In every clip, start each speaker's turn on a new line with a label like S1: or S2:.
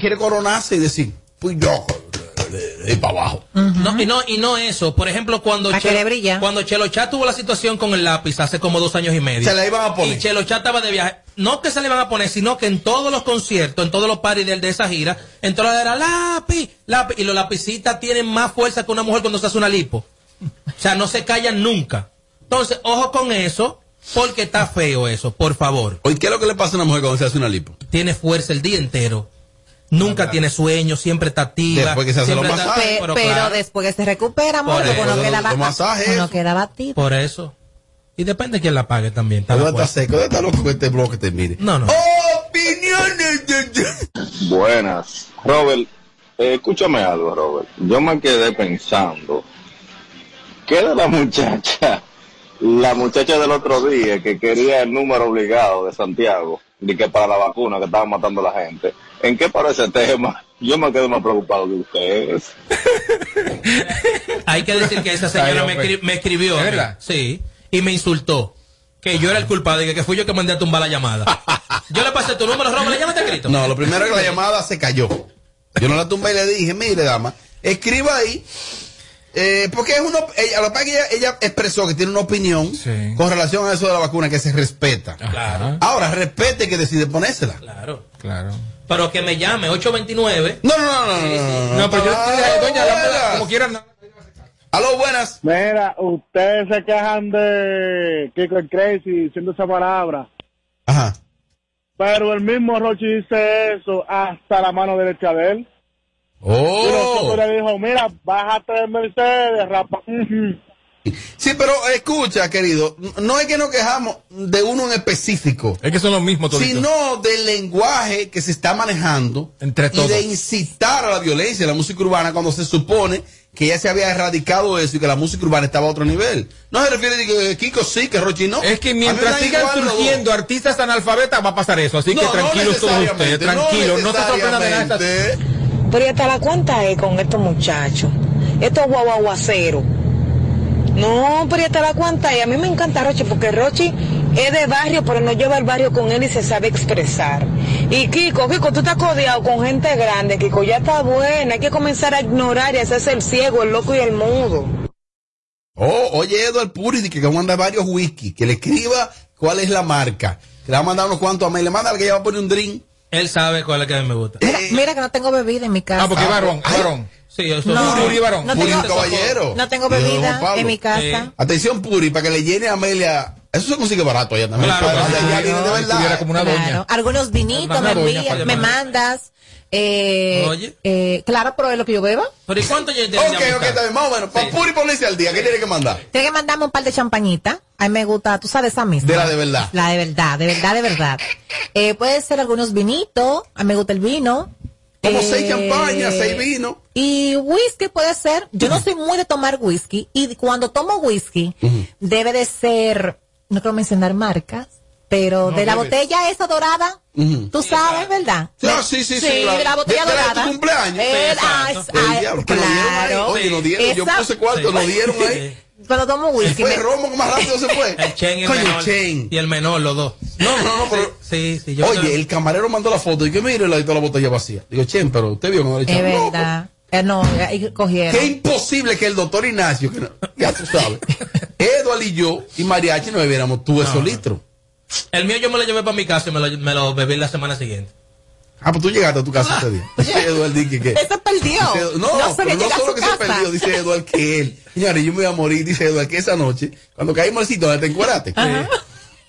S1: quiere coronarse y decir, pues yo, y para abajo.
S2: No, y, no, y no eso. Por ejemplo, cuando
S3: Pa' que le brilla.
S2: cuando Chelo Chá tuvo la situación con el lápiz hace como dos años y medio.
S1: Se la iban a poner.
S2: Y Chelo Chá estaba de viaje. No que se le van a poner, sino que en todos los conciertos, en todos los paris de, de esa gira, en todas era lápiz, lápiz. Y los lapicitas tienen más fuerza que una mujer cuando se hace una lipo. O sea, no se callan nunca. Entonces, ojo con eso, porque está feo eso, por favor.
S1: Oye, ¿qué es lo que le pasa a una mujer cuando se hace una lipo?
S2: Tiene fuerza el día entero. Nunca tiene sueño, siempre está activa.
S1: Después que se hace
S2: siempre
S1: los
S2: está-
S1: masajes.
S3: Pe- pero
S2: claro.
S3: después que se recupera, amor,
S2: Por
S3: porque
S2: eso,
S3: uno queda,
S1: los- los masajes,
S3: uno
S1: eso.
S3: queda batido.
S2: Por eso. Y depende de quién la pague también. está
S1: ¿Dónde
S2: la
S1: está
S2: cuenta.
S1: seco? ¿Dónde está loco que este bloque te mire?
S2: No, no.
S3: Oh,
S1: Opiniones de...
S4: Buenas. Robert, eh, escúchame algo, Robert. Yo me quedé pensando, ¿qué de la muchacha? La muchacha del otro día que quería el número obligado de Santiago, de que para la vacuna que estaba matando a la gente. ¿En qué para ese tema? Yo me quedo más preocupado que ustedes.
S2: Hay que decir que esa señora
S5: Ay,
S2: me,
S5: hombre.
S2: escri- me escribió.
S5: ¿Es
S2: a mí,
S5: verdad?
S2: Sí. Y me insultó. Que yo era el culpable, que- que fui yo que mandé a tumbar la llamada. Yo le pasé tu número, Robert, llámate a Cristo.
S1: No, lo primero es que la llamada se cayó. Yo no la tumbé y le dije, mire, dama, escriba ahí. eh, porque es uno, ella, lo que pasa es que ella, ella expresó que tiene una opinión
S5: Sí.
S1: con relación a eso de la vacuna que se respeta.
S2: Claro.
S1: Ahora, respete que decide ponérsela.
S2: Claro.
S5: Claro.
S2: Pero que me llame, 829.
S1: No, no, no, no, no, no, no.
S5: No, pero yo
S1: Aló,
S5: doña la como
S1: buenas.
S5: quiera no.
S1: Aló, buenas.
S6: Mira, ustedes se quejan de Kiko el Crazy diciendo esa palabra,
S1: Ajá.
S6: pero el mismo Rochi dice eso hasta la mano derecha de él. Y
S1: Oh.
S6: Rochi le dijo, mira, bájate del Mercedes, rapa.
S1: Sí, pero escucha, querido, no es que nos quejamos de uno en específico,
S5: Es que son los mismos todos.
S1: sino del lenguaje que se está manejando
S5: Entre
S1: y
S5: todos.
S1: de incitar a la violencia en la música urbana cuando se supone que ya se había erradicado eso y que la música urbana estaba a otro nivel. No se refiere a que eh, Kiko sí, que Rochi no.
S5: Es
S1: A
S5: que
S1: mí
S5: mientras
S1: me da
S5: sigan
S1: igual los dos.
S5: surgiendo artistas analfabetas va a pasar eso, así que
S1: No, no
S5: tranquilos todos ustedes,
S1: necesariamente,
S5: tranquilos, no, se sorprendan de nada. de estas-
S1: necesariamente.
S7: Pero ¿y hasta la cuenta es con estos muchachos, estos guaguaguaceros. No, pero ¿y hasta la cuenta es. A mí me encanta Rochi porque Rochi es de barrio, pero no lleva el barrio con él y se sabe expresar. Y Kiko, Kiko, tú estás codeado con gente grande, Kiko, ya está buena. Hay que comenzar a ignorar y hacerse el ciego, el loco y el mudo.
S1: Oh, oye, Eduard Puri, que va a mandar varios whisky, que le escriba cuál es la marca, que le va a mandar unos cuantos a mí, le manda al que ya va a poner un drink.
S2: Él sabe cuál es la que a mí me gusta.
S3: Mira, mira que no tengo bebida en mi casa. pues,
S5: Ah, porque
S1: Ah,
S5: varón,
S1: ay.
S5: varón.
S2: Sí, eso
S3: no,
S5: Puri, varón.
S3: no
S1: Puri,
S3: tengo,
S1: caballero.
S3: no tengo
S1: Yo,
S3: bebida
S1: Juan Pablo.
S3: en mi casa.
S2: Sí.
S1: Atención, Puri, para que le llene a Amelia. Eso se consigue barato allá también.
S2: Claro,
S1: Para
S2: claro.
S1: allá viene de
S5: Ay,
S1: verdad.
S5: estuviera como una doña.
S3: Claro. Algunos vinitos me
S5: Hermana doña,
S3: envías,
S5: padre,
S3: me
S2: hermana.
S3: mandas. Eh,
S2: Oye.
S3: eh, claro, pero es lo que yo beba.
S2: Pero ¿y cuánto yo
S1: Ok, ok, está bien, más o menos. Para
S2: Sí.
S1: Puri ponerse al día, ¿qué tiene que mandar?
S3: Tienes que mandarme un par de champañitas. A mí me gusta, tú sabes, esa misma.
S1: De la de verdad.
S3: La de verdad, de verdad, de verdad. Eh, puede ser algunos vinitos. A mí me gusta el vino.
S1: Como
S3: Eh,
S1: seis champañas, seis vinos.
S3: Y whisky puede ser. Yo no soy muy de tomar whisky. Y cuando tomo whisky, debe de ser, no quiero mencionar marcas, pero de la
S5: bebes.
S3: botella esa dorada,
S1: Ujú.
S3: tú sabes, ¿verdad?
S1: Ah, sí, sí, sí,
S3: Sí,
S1: claro.
S3: de la botella
S1: De- de la de tu
S3: dorada.
S1: cumpleaños.
S3: Eh,
S2: Sí,
S3: ah,
S2: exacto.
S3: es- ah,
S1: El diablo, que nos dieron ahí.
S3: claro.
S1: Oye, nos dieron. Yo
S3: Esa-
S1: puse cuarto, nos dieron ahí.
S3: Cuando tomo whisky,
S1: Fue
S3: me-
S1: Romo, que más rápido se fue.
S2: El Chen y el
S1: Coño,
S2: menor.
S1: Chen.
S2: Y el menor, los dos.
S3: Ah,
S1: No, no, no, pero.
S2: Sí, sí, yo
S1: Oye, el camarero mandó la foto y que mire, le ha la botella vacía. Digo, Chen, pero usted vio que no le
S3: es
S1: echaron. No,
S3: verdad. Eh, no, ahí cogieron.
S1: Qué imposible que el doctor Ignacio, que no- ya tú sabes, Eduard y yo y Mariachi nos bebiéramos tú esos litros.
S2: El mío yo me lo llevé para mi casa y me lo, me lo bebí la semana siguiente.
S1: Ah, pues tú llegaste a tu casa ese día.
S3: Pues
S1: Dice Eduard Dique que.
S3: Ese perdió.
S1: dice- no,
S3: no se
S1: pero
S3: le
S1: no
S3: llega a
S1: solo
S3: su
S1: que
S3: casa.
S1: se perdió, dice Eduard que él. Señores, yo me iba a morir, dice Eduard que esa noche, cuando caímos al sitio, ¿te encueraste?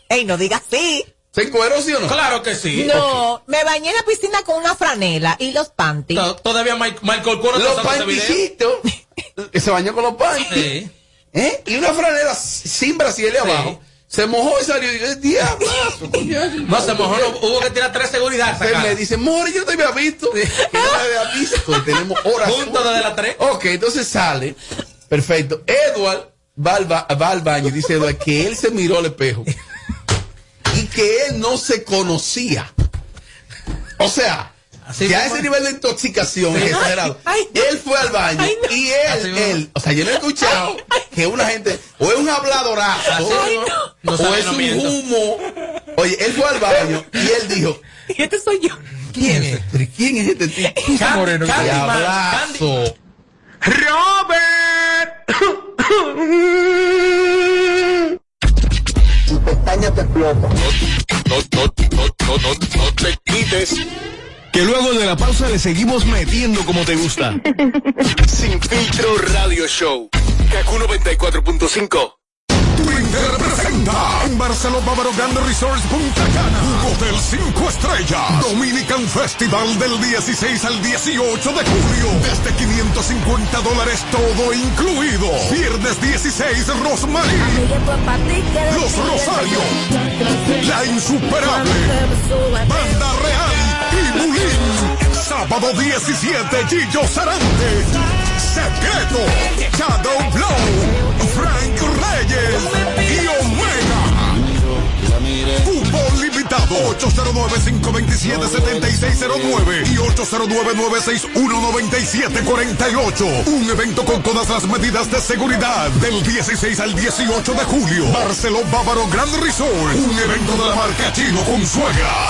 S3: Ey, no digas sí.
S1: ¿Se encueró, sí o no?
S2: Claro que sí.
S3: No, me bañé en la piscina con una franela y los panties.
S2: To- Todavía Mike- Michael Coro
S1: Los
S2: está usando ese video.
S1: panticitos. se bañó con los pantis.
S2: este Sí.
S1: ¿Eh? Y una franela sin brasileña
S2: Sí.
S1: abajo. Se mojó y salió. Y yo, diablo. coñazo".
S2: No, se mojó, no, hubo que tirar tres seguridad.
S1: Se
S2: sacarla.
S1: me dice, Mori, yo te había visto. Que no me había visto. Tenemos horas.
S2: Juntos desde las tres.
S1: Ok, entonces sale. Perfecto. Edward va al, ba- va al baño y dice Edward que él se miró al espejo. Y que él no se conocía. O sea.
S2: Así
S1: ya
S2: mismo
S1: ese
S2: es.
S1: nivel de intoxicación es exagerado.
S3: ay, no.
S1: él fue al baño
S3: Ay, no.
S1: y
S2: Así
S1: él,
S2: mismo.
S1: él, o sea, yo no he escuchado que una gente, o es un habladorazo,
S2: Así mismo. No
S1: o
S2: sabe,
S1: es
S2: no
S1: un
S2: miento.
S1: humo. Oye, él fue al baño y él dijo,
S3: Y este soy yo.
S1: ¿Quién es? este? ¿Quién es este tipo?
S8: Candy-
S5: Moreno,
S8: Candyman,
S1: Diablazo.
S9: No, no, no, no, no, no te quites. Que luego de la pausa le seguimos metiendo como te gusta. Sin filtro radio show. Kaku 94.5.
S10: Twitter presenta en Barcelona Bávaro Grand Resorts Punta Cana un hotel 5 estrellas Dominican Festival del 16 al 18 de julio desde 550 dólares todo incluido viernes 16 Rosmarie Los Rosario La Insuperable Banda Real y Bulín sábado 17 Gillo Sarante Secreto Shadow Blow Frank Reyes y Omega. Fútbol limitado 809-527-7609 y 809-961-9748. Un evento con todas las medidas de seguridad del 16 al 18 de julio. Barcelona Bávaro Grand Resort. Un evento de la marca Chino con suegra.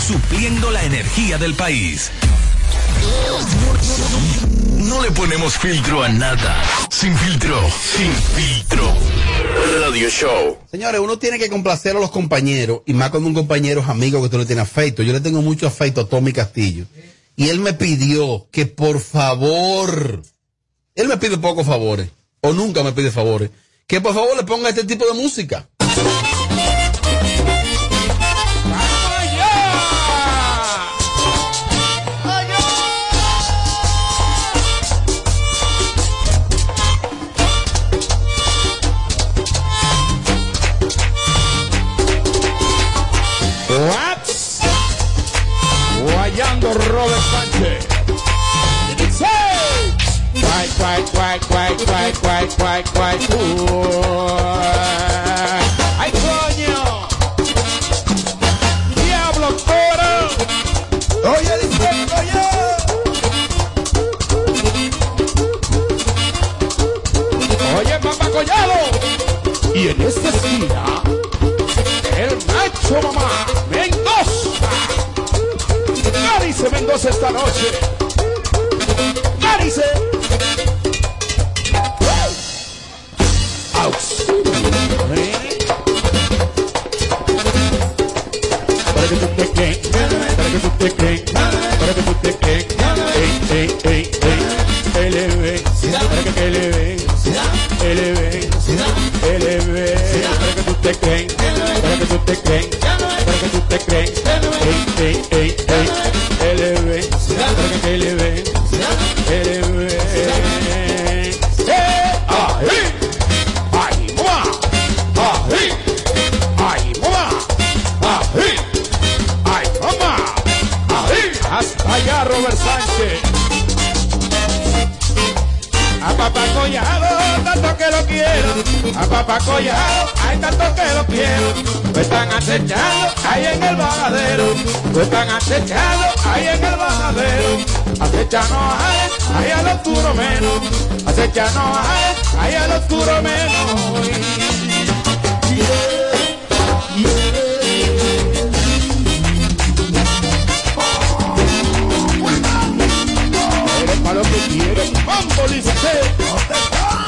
S9: supliendo la energía del país. No le ponemos filtro a nada. Sin filtro, sin filtro. Radio Show.
S1: Señores, uno tiene que complacer a los compañeros, y más cuando un compañero es amigo que tú le tiene afecto. Yo le tengo mucho afecto a Tommy Castillo. Y él me pidió que por favor, él me pide pocos favores, o nunca me pide favores, que por favor le ponga este tipo de música.
S5: Guayando Robert Sánchez. Guay, guay, guay, guay, guay, guay, guay, guay, guay. ¡Ay, coño! ¡Diablo, coro! ¡Oye, dice, oye! ¡Oye, papá Collado! Y en este esta esquina, el macho mamá, Mendoza. Garice Mendoza esta noche. Garice. Hasta allá, Robert Sánchez. A papá collado, tanto que lo quiero. A papá collado, hay tanto que lo quiero. Lo están acechando ahí en el bajadero. Lo están acechando ahí en el bajadero. Acechando a Alex, ahí al oscuro menos. Acechando a Alex, ahí al oscuro menos. Eres para lo que quieres. ¡Vamos, Liceo!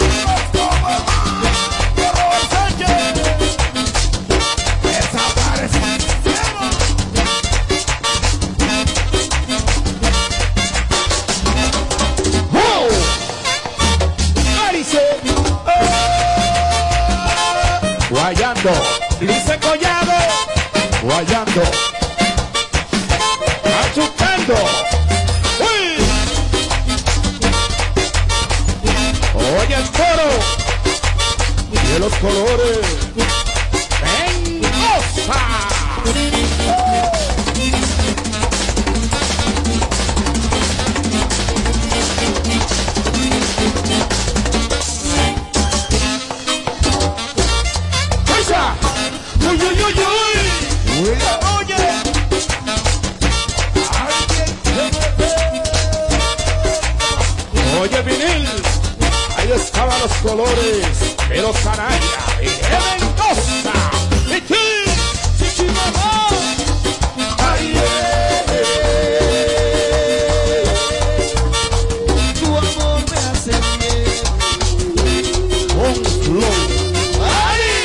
S5: Guayando, Lice Collado, Guayando, machucando, uy. Oye el coro de los colores. Mendoza. a los colores de los Araya y Helen Costa. ¡Chichi! ¡Chichi mamá! ¡Ay, Tu amor me hace bien. Con flow. ¡Ay!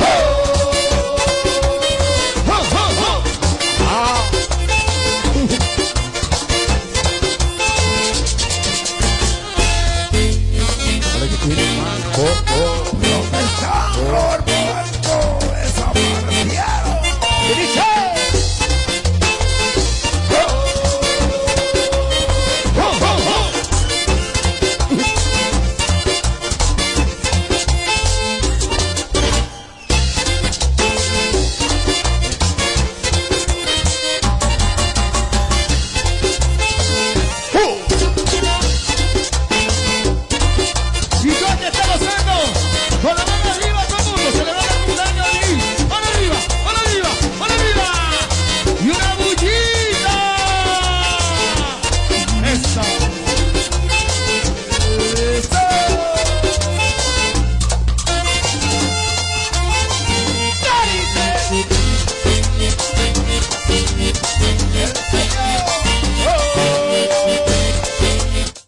S5: ¡Oh! ¡Oh, oh, oh! ¡Ah!
S11: Si coño está gozando, con la mano arriba todo el mundo, celebrando el cumpleaños de Luis. ¡Hola arriba! ¡Hola arriba! ¡Hola arriba! ¡Y una bullita! ¡Eso! ¡Eso! ¡Carice!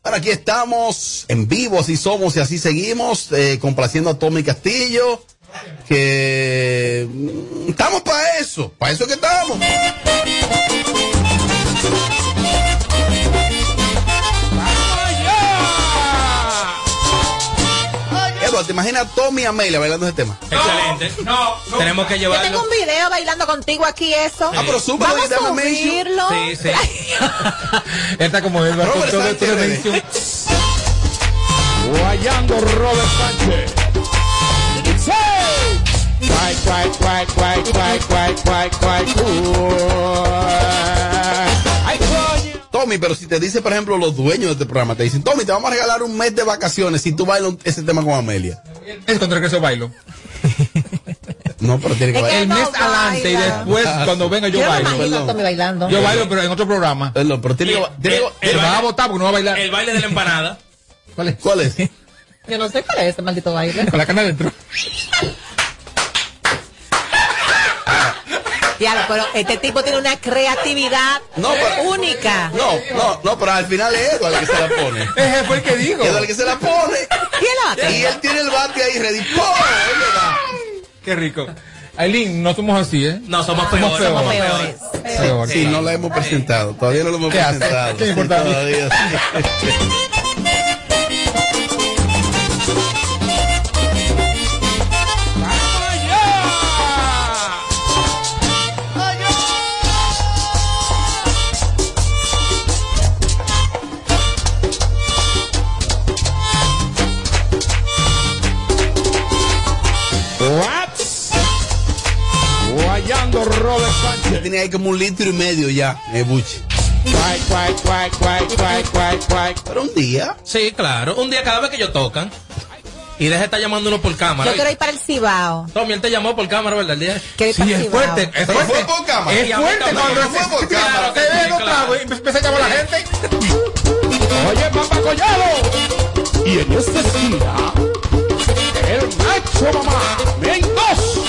S1: Ahora aquí estamos en vivo, así somos y así seguimos, eh, complaciendo a Tommy Castillo, que mm, estamos para eso, para eso que estamos. Eduardo, ¿te imaginas a Tommy y Amelia bailando ese tema?
S2: Excelente. No, Tenemos que
S3: Yo tengo
S2: llevarlo.
S3: un video bailando contigo aquí, eso.
S1: Ah, pero súbelo
S3: Vamos
S1: y dame
S3: a
S1: mention.
S3: subirlo.
S2: Sí, sí. Está como el barco
S1: Robert
S2: todo
S1: Sánchez, ¿eh?
S2: todo
S1: René.
S2: mención.
S5: Guayando Robert Sánchez. Guay, guay, guay, guay, guay, guay, guay, guay, guay. Ay, coño.
S1: Tommy, pero si te dice, por ejemplo, los dueños de este programa, te dicen, Tommy, te vamos a regalar un mes de vacaciones si tú bailas un- ese tema con Amelia.
S11: Es contra el que se bailo.
S1: No, pero tiene que
S3: Es que-
S1: bailar.
S11: El mes
S3: No
S11: adelante y
S3: baila.
S11: después
S1: Ah,
S11: cuando venga yo
S3: Yo no me
S11: bailo.
S3: imagino a Tommy bailando.
S11: Yo bailo, pero en otro programa.
S1: Perdón, Eh, pero tiene que ba- tiene que ba-
S11: Se
S2: El
S11: va a
S2: baile-
S11: votar porque no va a bailar.
S2: El baile de la empanada.
S11: ¿Cuál es?
S1: ¿Cuál es?
S3: Yo no sé cuál es ese maldito baile.
S11: Con la cana adentro.
S3: Diablo, pero este tipo tiene una creatividad
S1: No, pero-
S3: única.
S1: No, no, no, pero al final es Eduardo el que se la pone.
S11: Ese fue el que digo.
S1: Eduardo el que se la pone.
S3: ¿Quién lo hace?
S1: Y él tiene el bate ahí ready. ¡Pum! Él le da.
S11: Qué rico. Aileen, no somos así, ¿eh?
S2: No, somos
S11: Somos
S2: peores. Somos
S11: peores.
S2: peores.
S11: Peor.
S1: Sí, no la hemos presentado. Todavía no lo hemos
S11: ¿Qué hace?
S1: presentado.
S11: ¿Qué
S1: Sí,
S11: importa?
S1: todavía sí.
S5: What? Guayando Robert Sánchez.
S1: Tiene ahí como un litro y medio ya, eh, Buchi.
S5: Guay, guay, guay, guay, guay, guay, guay.
S1: Pero un día.
S2: Sí, claro. Un día cada vez que ellos tocan. Y deja de estar llamándonos por cámara.
S3: Yo quiero ir para el Cibao.
S2: Tommy, él te llamó por cámara, ¿verdad? El día.
S3: Quiero ir
S11: Sí,
S3: para el
S11: es
S3: Cibao.
S11: fuerte. Es
S1: Se
S11: fuerte.
S1: fue por cámara.
S11: Es
S2: Y a mí
S11: fuerte
S2: también.
S11: cuando
S1: Se fue por cámara.
S11: Claro, te
S2: Sí,
S11: veo,
S2: claro.
S11: claro. Y empieza a llamar a la gente.
S5: Oye, papá Collado. Y en esta esquina, el macho mamá Mendoza.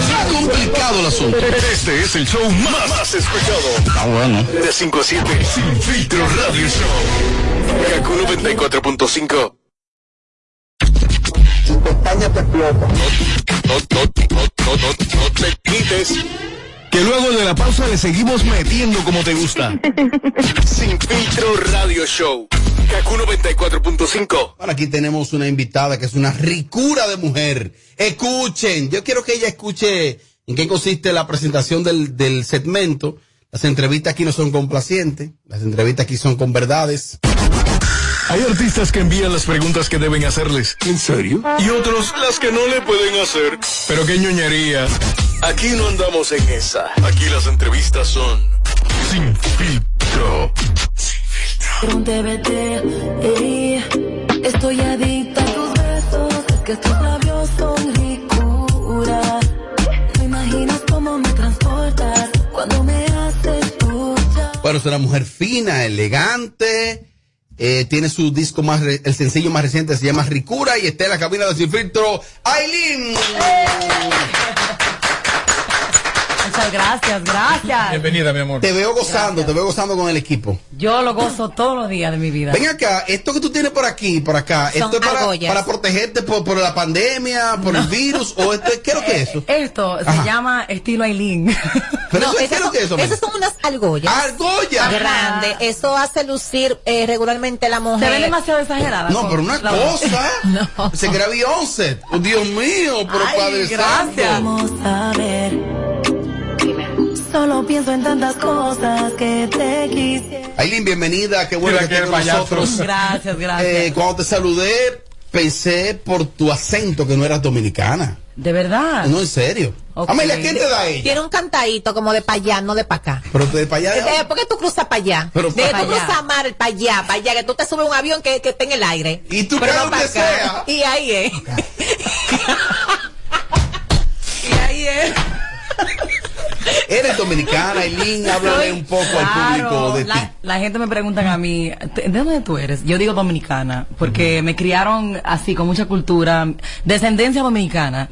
S1: Está complicado el asunto.
S12: Este es el show más, más escuchado. Ah, bueno. De 5 a 7. Sin filtro radio show. Kaku 94.5. Que luego de la pausa le seguimos metiendo como te gusta. Sin filtro radio show. Kaku 94.5.
S1: Ahora aquí tenemos una invitada que es una ricura de mujer. Escuchen, yo quiero que ella escuche en qué consiste la presentación del, del segmento. Las entrevistas aquí no son complacientes, las entrevistas aquí son con verdades.
S12: Hay artistas que envían las preguntas que deben hacerles. ¿En serio? Y otros las que no le pueden hacer. Pero qué ñoñería. Aquí no andamos en esa. Aquí las entrevistas son sin filtro.
S13: Estoy adicta a tus besos, es que tus labios son ricura. No imaginas cómo me transportas cuando me haces tuya.
S1: Bueno, es una mujer fina, elegante, eh, tiene su disco más, re- el sencillo más reciente se llama Ricura y está en la cabina de Sin Filtro, Aileen.
S14: Muchas gracias, gracias.
S1: Bienvenida, mi amor. Te veo gozando, te veo gozando con el equipo.
S14: Yo lo gozo todos los días de mi vida.
S1: Ven acá, esto que tú tienes por aquí, por acá,
S14: Son
S1: esto es para,
S14: argollas.
S1: para protegerte por, por la pandemia, por el virus, o esto, ¿qué es lo que es eso?
S14: Esto
S1: Ajá.
S14: se llama estilo Aileen.
S1: Pero
S3: No,
S1: eso, ¿qué
S3: esas
S1: es lo
S3: son,
S1: que es eso?
S3: esas son unas argollas.
S1: ¡Argollas!
S3: Grande. Eso hace lucir eh, regularmente la mujer.
S14: Se ven demasiado exageradas.
S1: No, pero una
S14: La-
S1: cosa. Se crea Beyoncé. Oh, Dios mío, pero
S13: Ay,
S1: Padre
S13: gracias.
S1: Santo.
S13: Vamos a ver. Solo pienso en tantas cosas que te quise.
S1: Aileen, bienvenida. Qué bueno que
S13: Mira que
S1: estés con
S13: el payaso.
S1: nosotros.
S13: Gracias, gracias.
S1: Eh, cuando te saludé, pensé por tu acento que no eras dominicana.
S14: ¿De verdad?
S1: No, en serio. Amelia, ¿quién te da ella?
S3: Tiene un cantadito como de para allá, no de para acá.
S1: Pero te de para allá.
S3: Eh, ¿Por qué tú cruzas para allá?
S1: Pero
S3: de que
S1: pa'
S3: tú
S1: allá.
S3: cruzas mar para allá, para allá, que tú te subes a un avión que, que esté en el aire.
S1: Y tú
S3: Pero
S1: para
S3: pa'
S1: donde sea.
S3: Y ahí es.
S14: y ahí es.
S1: Eres dominicana, Aileen. Háblale
S14: Soy-
S1: un poco al
S14: Claro,
S1: público de
S14: la,
S1: ti.
S14: la gente me pregunta a mí, "¿Te- ¿de dónde tú eres? Yo digo dominicana, porque me criaron así, con mucha cultura, descendencia dominicana.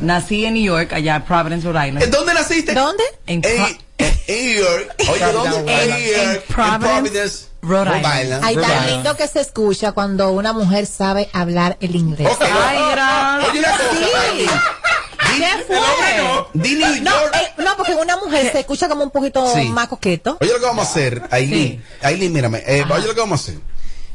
S14: Nací en New York, allá en Providence, Rhode Island.
S1: Oh. ¿En dónde naciste?
S3: ¿Dónde?
S14: En,
S1: En New York. Oye,
S14: Providence,
S1: ¿dónde?
S14: Rhode
S1: En
S14: Island.
S1: New York.
S14: En Providence, Rhode Island.
S3: Ahí
S1: Rhode
S3: tan
S1: Island.
S3: lindo que se escucha cuando una mujer sabe hablar el inglés.
S14: Ay, gracias.
S1: Oye, una cosa, Aileen.
S3: ¿Qué fue?
S1: Di New
S3: No, eh, no, porque una mujer se escucha como un poquito
S1: Sí.
S3: más coqueto.
S1: Oye, lo que vamos a hacer, Aileen. Aileen, mírame. eh, oye, lo que vamos a hacer.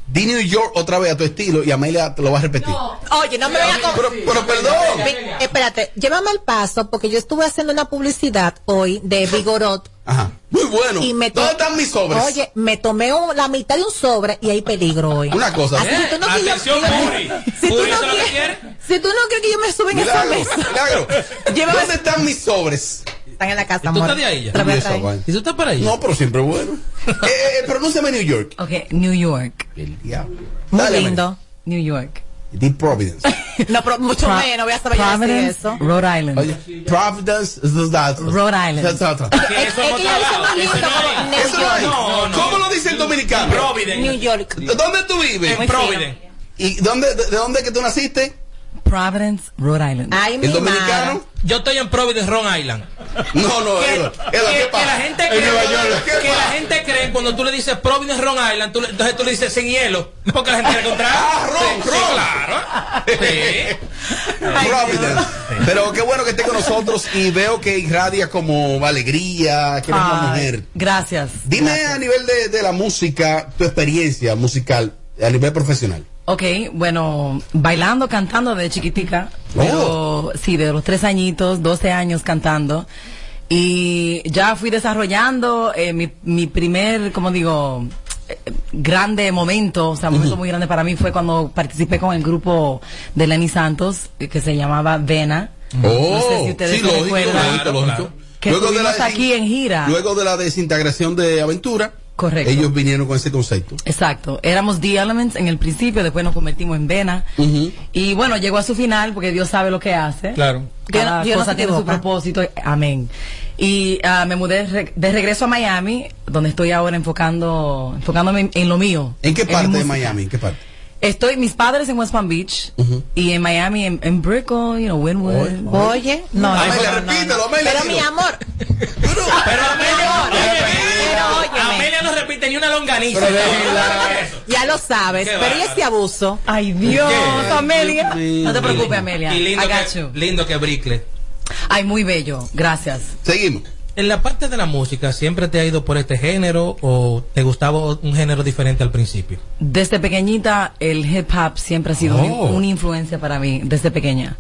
S1: Di New York otra vez a tu estilo y Amelia te lo va a repetir.
S3: Oye, no me vengas con...
S1: Pero, pero perdón.
S3: Ve- Espérate, llévame al paso porque yo estuve haciendo una publicidad hoy de Vigorot.
S1: Ajá. Muy bueno.
S3: Y me to-
S1: ¿Dónde están mis sobres?
S3: Oye, me tomé un- la mitad de un sobre y hay peligro hoy.
S1: Una cosa.
S3: Así que tú no quieres-
S2: Atención, Puri.
S3: Si tú
S1: Pues,
S2: Puri,
S3: no
S2: ¿eso es lo que
S3: quieres-
S2: quieres?
S3: Si tú no crees que yo me suba en esa
S1: Milagro,
S3: mesa,
S1: milagro.
S3: Llévame-
S1: ¿Dónde están mis sobres?
S3: están en la casa,
S1: ¿Tú
S3: amor.
S1: estás de ahí ya?
S3: Te lo voy a
S1: Y esa
S3: traer.
S1: vaina. No, pero siempre bueno. eh, eh, pronúnciame New York.
S14: Ok, New York.
S1: El diablo.
S14: Muy
S1: Dale, Amelia.
S14: lindo. New York.
S1: Di Providence.
S3: No, pero mucho
S14: Pro-
S3: menos voy a saber yo decir
S14: Providence,
S3: eso.
S14: Rhode Island.
S1: Oye, Providence. Rhode
S14: Island.
S3: Es que ella dice más lindo como New
S1: Eso no hay.
S3: York.
S1: ¿Cómo lo dice el dominicano?
S2: Providence.
S3: New York.
S1: ¿Dónde tú vives?
S14: En Providence.
S1: ¿Y dónde, de, de dónde es que tú naciste?
S14: Providence, Rhode Island.
S3: Ay,
S1: ¿El dominicano?
S2: Yo estoy en Providence, Rhode Island.
S1: No, no,
S2: que,
S1: Eduardo,
S2: que-
S1: Eduardo, ¿qué
S2: que
S1: pasa?
S2: la gente
S1: En
S2: cree,
S1: Nueva York, ¿qué
S2: que la
S1: pasa?
S2: gente cree cuando tú le dices Providence, Rhode Island, tú le- entonces tú le dices sin hielo, porque la gente le contrario.
S1: Ah, Ron,
S2: Sí,
S1: Ron.
S2: sí, claro. Sí.
S1: Providence. Pero qué bueno que esté con nosotros y veo que irradia como alegría, que eres una
S14: Ay,
S1: mujer.
S14: Gracias.
S1: Dime a nivel de, de la música, tu experiencia musical a nivel profesional.
S14: Ok, bueno, bailando, cantando de chiquitica.
S1: Oh.
S14: Pero, sí, de los tres añitos, 12 años cantando. Y ya fui desarrollando eh, mi, mi primer, como digo, eh, grande momento, o sea, momento muy grande para mí fue cuando participé con el grupo de Lenny Santos, eh, que se llamaba Vena.
S1: Mm. Oh,
S14: no sé si ustedes lo recuerdan. Que
S1: Luego de, la
S14: estuvimos aquí en gira.
S1: desin- luego de la desintegración de Aventura,
S14: Correcto.
S1: ellos vinieron con ese concepto.
S14: Exacto. Éramos The Elements en el principio, después nos convertimos en Vena.
S1: Ujú.
S14: Y bueno, llegó a su final porque Dios sabe lo que hace.
S2: Claro.
S14: Cada
S3: Dios no
S14: cosa
S3: se
S14: tiene su
S3: equivoca.
S14: propósito. Amén. Y ah, me mudé re- de regreso a Miami, donde estoy ahora enfocando, enfocándome en, en lo mío.
S1: ¿En qué
S14: mi
S1: parte de
S14: música.
S1: Miami? ¿En qué parte?
S14: Estoy, mis padres en West Palm Beach y en Miami, en, en Brickell, you know, Wynwood.
S3: Oye, no, no,
S1: Amelia,
S3: no, no,
S1: repítelo,
S3: no.
S1: Amelia,
S3: Pero
S1: dilo.
S3: mi amor,
S2: Amelia no repite ni una longaniza.
S3: ya lo sabes,
S2: Qué
S3: pero ¿y ese abuso?
S14: Ay, Dios,
S2: ¿Qué?
S14: Amelia. No te preocupes, Amelia.
S2: Y lindo
S14: I got
S2: que,
S14: you.
S2: lindo que Brickle.
S14: Ay, muy bello. Gracias.
S1: Seguimos.
S2: En la parte de la música, ¿siempre te ha ido por este género o te gustaba un género diferente al principio?
S14: Desde pequeñita el hip hop siempre ha sido un-
S2: Oh.
S14: una influencia para mí, desde pequeña.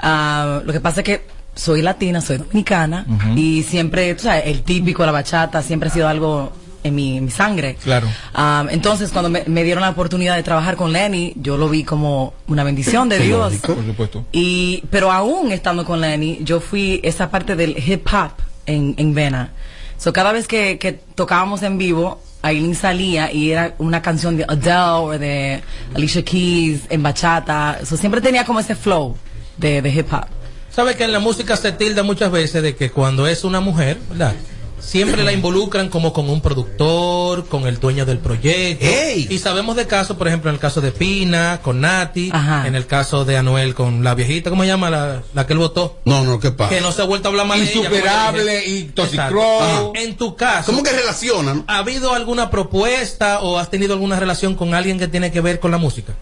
S14: Ah, lo que pasa es que soy latina, soy dominicana y siempre, tú sabes, el típico, la bachata, siempre ha sido algo en mi, en mi sangre.
S2: Claro.
S14: Ah, entonces, cuando me, me dieron la oportunidad de trabajar con Lenny, yo lo vi como una bendición de Dios.
S15: Por supuesto.
S14: Y, pero aún estando con Lenny, yo fui esa parte del hip hop en, en Vena. So, cada vez que, que tocábamos en vivo, Aileen salía y era una canción de Adele o de Alicia Keys en bachata. So, siempre tenía como ese flow de, de hip hop.
S2: Sabes que en la música se tilda muchas veces de que cuando es una mujer, ¿verdad? siempre la involucran como con un productor, con el dueño del proyecto. Y sabemos de casos, por ejemplo, en el caso de Pina, con Nati, en el caso de Anuel con la viejita, ¿cómo se llama? La, la que él votó.
S1: No, no, ¿qué pasa?
S2: Que no se ha vuelto a hablar mal de ella, como le dije.
S15: Insuperable y Toxicrow.
S2: Exacto. Ajá. En tu caso.
S1: ¿Cómo que relacionan?
S2: ¿Ha habido alguna propuesta o has tenido alguna relación con alguien que tiene que ver con la música?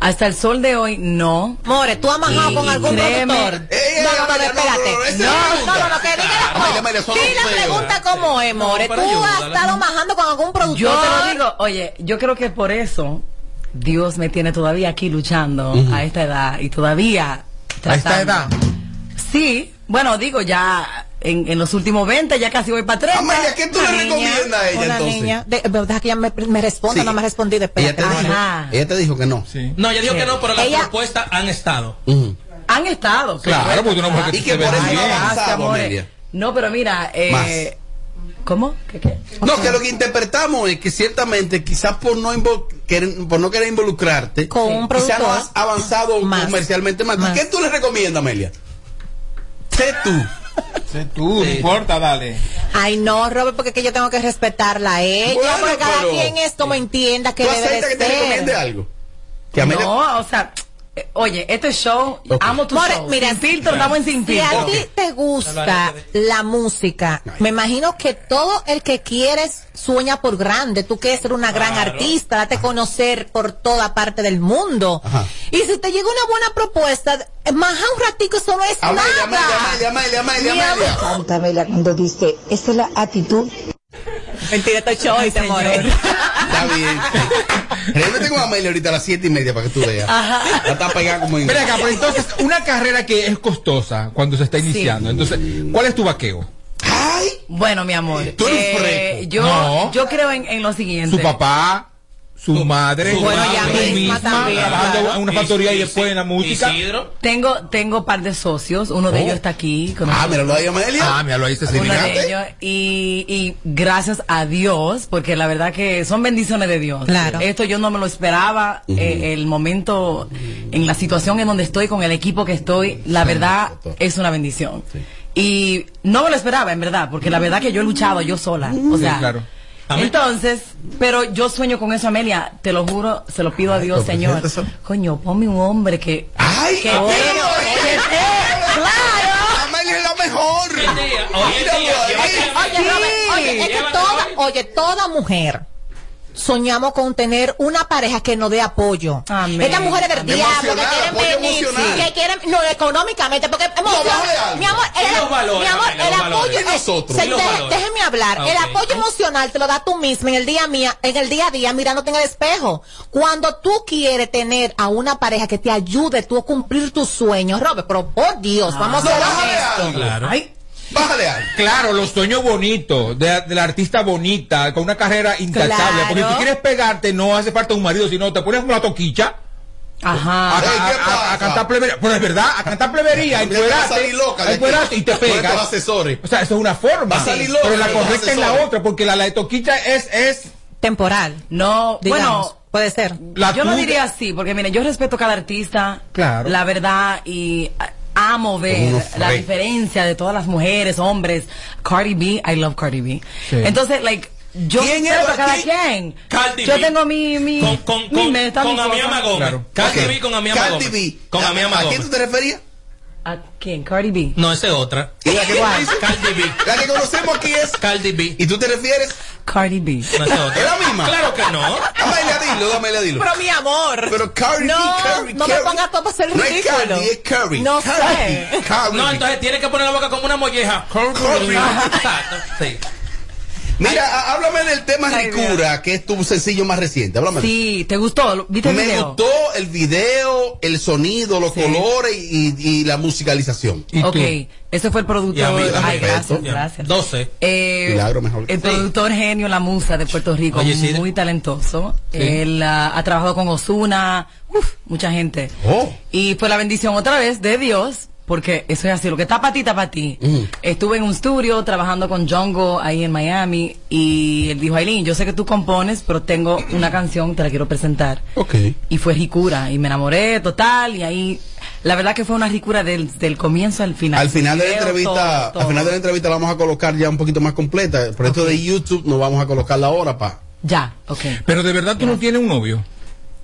S14: Hasta el sol de hoy, no.
S3: More, tú has manjado
S14: Y
S3: con algún
S14: créeme-
S3: productor. no, no, no, espérate. No, no, no, lo que diga la-
S14: Mayra, Mayra,
S3: no.
S14: son
S3: Sí, la
S14: feos.
S3: pregunta cómo es, More.
S14: No,
S3: Tú
S14: pero
S3: has
S14: ayúdala.
S3: estado majando con algún productor.
S14: Yo te lo digo, oye, yo creo que por eso Dios me tiene todavía aquí luchando
S3: Ujú.
S14: a esta edad y todavía tratando.
S15: esta edad?
S14: Sí, bueno, digo, ya en, en los últimos 20 ya casi voy para 30.
S3: Amalia,
S1: ¿qué tú le Una niña, recomiendas a ella,
S3: Una
S1: entonces?
S3: niña. De, eh, deja que ella me, me responda,
S1: Sí.
S3: no me ha respondido.
S1: Ella
S3: Espérate.
S1: te, dijo,
S3: Ajá.
S1: ella te dijo que no.
S2: No, ya dijo
S1: Sí.
S2: que no, pero las
S14: Ella-
S2: propuestas han estado.
S1: Mm.
S14: Han estado.
S2: Claro, porque una mujer que Y que se por vea eso bien. no ha
S14: Gracias,
S2: avanzado,
S14: amores.
S1: Amelia.
S14: No, pero mira, eh, ¿cómo? ¿Qué, qué?
S1: No, que lo que interpretamos es que ciertamente, quizás por no, invo- querer- por no querer involucrarte,
S3: Con un
S1: quizás no
S3: productor
S1: has avanzado comercialmente más. ¿Qué tú le recomiendas, Amelia? Sé tú.
S15: Sé tú, no importa, dale.
S3: Ay, no, Robert, porque es que yo tengo que respetarla a ella.
S15: Bueno,
S3: porque cada
S15: pero- eh,
S3: quien es como entienda que
S15: ¿Tú
S3: debe de
S15: aceptas que te
S3: ser.
S15: recomiende
S1: algo?
S14: No, o sea, eh, oye, este show, amo tu
S3: More,
S14: show.
S3: mira,
S14: sin filtro, estamos en sin
S3: si a
S14: filtro.
S3: ti te gusta la música, me imagino que todo el que quieres sueña por grande. Tú quieres ser una gran artista, date a conocer por toda parte del mundo. Y si te llega una buena propuesta, eh, maja un ratico, eso no es
S1: Amelia,
S3: nada.
S1: Amelia, Amelia, Amelia,
S3: Mi
S1: Amelia.
S3: amor.
S16: Santa Amelia, cuando dice, esa es la actitud.
S3: Mentira, estoy choice, More.
S1: Está bien. Realmente con Amelia ahorita a las siete y media para que tú veas.
S15: Ajá.
S1: La está pegada como en-
S15: Mira acá, pero entonces, una carrera que es costosa cuando se está iniciando. Entonces, ¿cuál es tu vaqueo?
S14: Bueno, mi amor.
S15: Tú eres
S14: eh,
S15: freco.
S14: yo,
S15: No.
S14: yo creo en, en lo siguiente.
S15: Su papá, su madre,
S14: su Bueno, ya
S15: tú
S14: misma también,
S15: trabajando
S14: claro.
S15: en una
S14: Y-
S15: factoría y
S14: y-
S15: después en la música.
S14: Tengo, tengo par de socios, uno de
S15: Oh.
S14: ellos está aquí. con
S15: Ah,
S14: nosotros.
S15: míralo ahí, Amelia. Ah, míralo ahí, Cecilia.
S14: Uno de
S15: Fíjate.
S14: ellos, y, y gracias a Dios, porque la verdad que son bendiciones de Dios.
S3: Claro.
S14: Esto yo no me lo esperaba, eh, el momento, en la situación en donde estoy, con el equipo que estoy, la verdad es una bendición. Y no me lo esperaba, en verdad, porque la verdad que yo he luchado yo sola. O
S15: Sí,
S14: sea,
S15: claro.
S14: Entonces, pero yo sueño con eso, Amelia. Te lo juro, se lo pido a Dios,
S15: pero
S14: Señor. Coño, ponme un hombre que.
S2: Ah,
S1: ¡Ay!
S14: que
S11: Amelia,
S14: ore,
S11: oye.
S14: que te- ¡Claro!
S1: Amelia es la mejor.
S11: Oye, tía,
S3: Oye, oye, Robert, oye, es que toda, oye, toda mujer soñamos con tener una pareja que nos dé apoyo. Estas mujeres del
S11: Amén.
S3: diablo que
S11: Emocional,
S3: quieren
S11: apoyo
S3: venir,
S11: emocional.
S3: que quieren, no, económicamente, porque emocional-
S11: vale algo.
S3: mi amor,
S11: Y
S3: el,
S11: los valores,
S3: mi amor,
S11: Amén,
S3: el
S11: los
S3: apoyo,
S11: valores.
S3: eh,
S11: Y nosotros.
S3: se-
S11: Y los
S3: deje-
S11: valores.
S3: déjeme hablar,
S11: Ah,
S3: el
S11: ok.
S3: apoyo emocional te lo da tú misma en el día mía, en el día a día, mirándote en el espejo. Cuando tú quieres tener a una pareja que te ayude tú a cumplir tus sueños, Robert, pero por Dios, vamos
S15: No,
S3: a
S15: bájale algo. Claro. Claro, los sueños bonitos, de, de la artista bonita, con una carrera intachable.
S14: Claro.
S15: Porque si tú quieres pegarte, no hace falta un marido, sino te pones como la toquicha
S14: Ajá.
S15: a, a- a- a cantar plebería. Pero es verdad, a cantar plebería,
S1: Ya te vas a
S15: encuerarte,
S1: salir loca de aquí.
S15: encuerarte y te
S1: Con estos
S15: pegas.
S1: asesores.
S15: O sea, eso es una forma.
S1: Vas a salir loca
S15: pero la
S1: con estos
S15: correcta es la
S1: asesores.
S15: otra, porque la, la de toquicha es, es
S3: temporal.
S14: No,
S3: Digamos,
S14: bueno,
S3: puede ser.
S15: La
S14: yo no
S15: tuya.
S14: diría así, porque mire, yo respeto a cada artista.
S15: Claro.
S14: La verdad y ah, amo ver
S15: Uno
S14: la
S15: fre-
S14: diferencia de todas las mujeres, hombres. Cardi B, I love Cardi B.
S2: Sí.
S14: Entonces, like yo
S2: ¿Quién es
S14: respeto a
S2: la-
S14: cada
S2: quién?
S14: quien.
S2: Cardi
S14: yo
S2: B.
S14: tengo mi mi
S2: Con, con,
S14: mi
S2: con,
S14: meta,
S2: con
S14: mi cosa.
S2: Amiama Gómez. Cardi
S1: Ok.
S2: B con Amiama
S1: Cardi
S2: Gómez.
S1: B.
S2: Con
S1: ¿A-
S2: Amiama
S1: a
S2: Gómez.
S1: quién tú te referías?
S14: ¿A quién? Cardi B.
S2: No, esa es otra.
S1: ¿Y la que
S2: ¿Cuál?
S1: dice?
S2: Cardi B.
S1: La que conocemos aquí es
S2: Cardi B.
S1: ¿Y tú te refieres?
S14: Cardi B.
S2: No es otra. Ah,
S1: ¿Es la misma?
S2: Claro que no.
S1: Amelia, dilo, Amelia, dilo.
S3: Pero mi amor.
S1: Pero Cardi B,
S3: no,
S1: Cardi,
S3: no me
S1: Cardi.
S3: pongas todo para ser
S1: No es
S3: ridículo.
S1: Cardi, es Curry.
S3: No
S1: Cardi,
S3: sé.
S1: Cardi.
S2: No, entonces tiene que poner la boca como una molleja.
S1: Curry.
S2: Exacto, sí.
S1: Mira, há- háblame del tema
S14: Ay,
S1: Ricura, que es tu sencillo más reciente. Háblame.
S14: Sí, ¿te gustó? ¿Lo- ¿Viste el
S1: Me
S14: video?
S1: gustó el video, el sonido, los colores y, y la musicalización.
S14: Ok, ese fue el productor. Ay, gracias, gracias.
S2: 12.
S14: Eh,
S1: Milagro mejor que
S14: el
S1: tú.
S14: productor genio La Musa de Puerto Rico,
S1: Oye, sí.
S14: muy talentoso.
S1: Sí.
S14: Él ah, ha trabajado con Osuna, mucha gente. Y fue la bendición otra vez de Dios, porque eso es así, lo que está para ti, está para ti.
S1: Mm.
S14: Estuve en un estudio trabajando con Django ahí en Miami y él dijo, Aileen, yo sé que tú compones, pero tengo una canción, te la quiero presentar.
S1: Ok.
S14: Y fue Ricura y me enamoré total y ahí La verdad que fue una ricura del, del comienzo al final.
S1: Al final de la
S14: Video,
S1: entrevista,
S14: todo, todo.
S1: al final de la entrevista la vamos a colocar ya un poquito más completa. Por esto de YouTube no vamos a colocarla ahora, pa.
S14: Ya, ok.
S15: Pero de verdad tú no tienes un novio.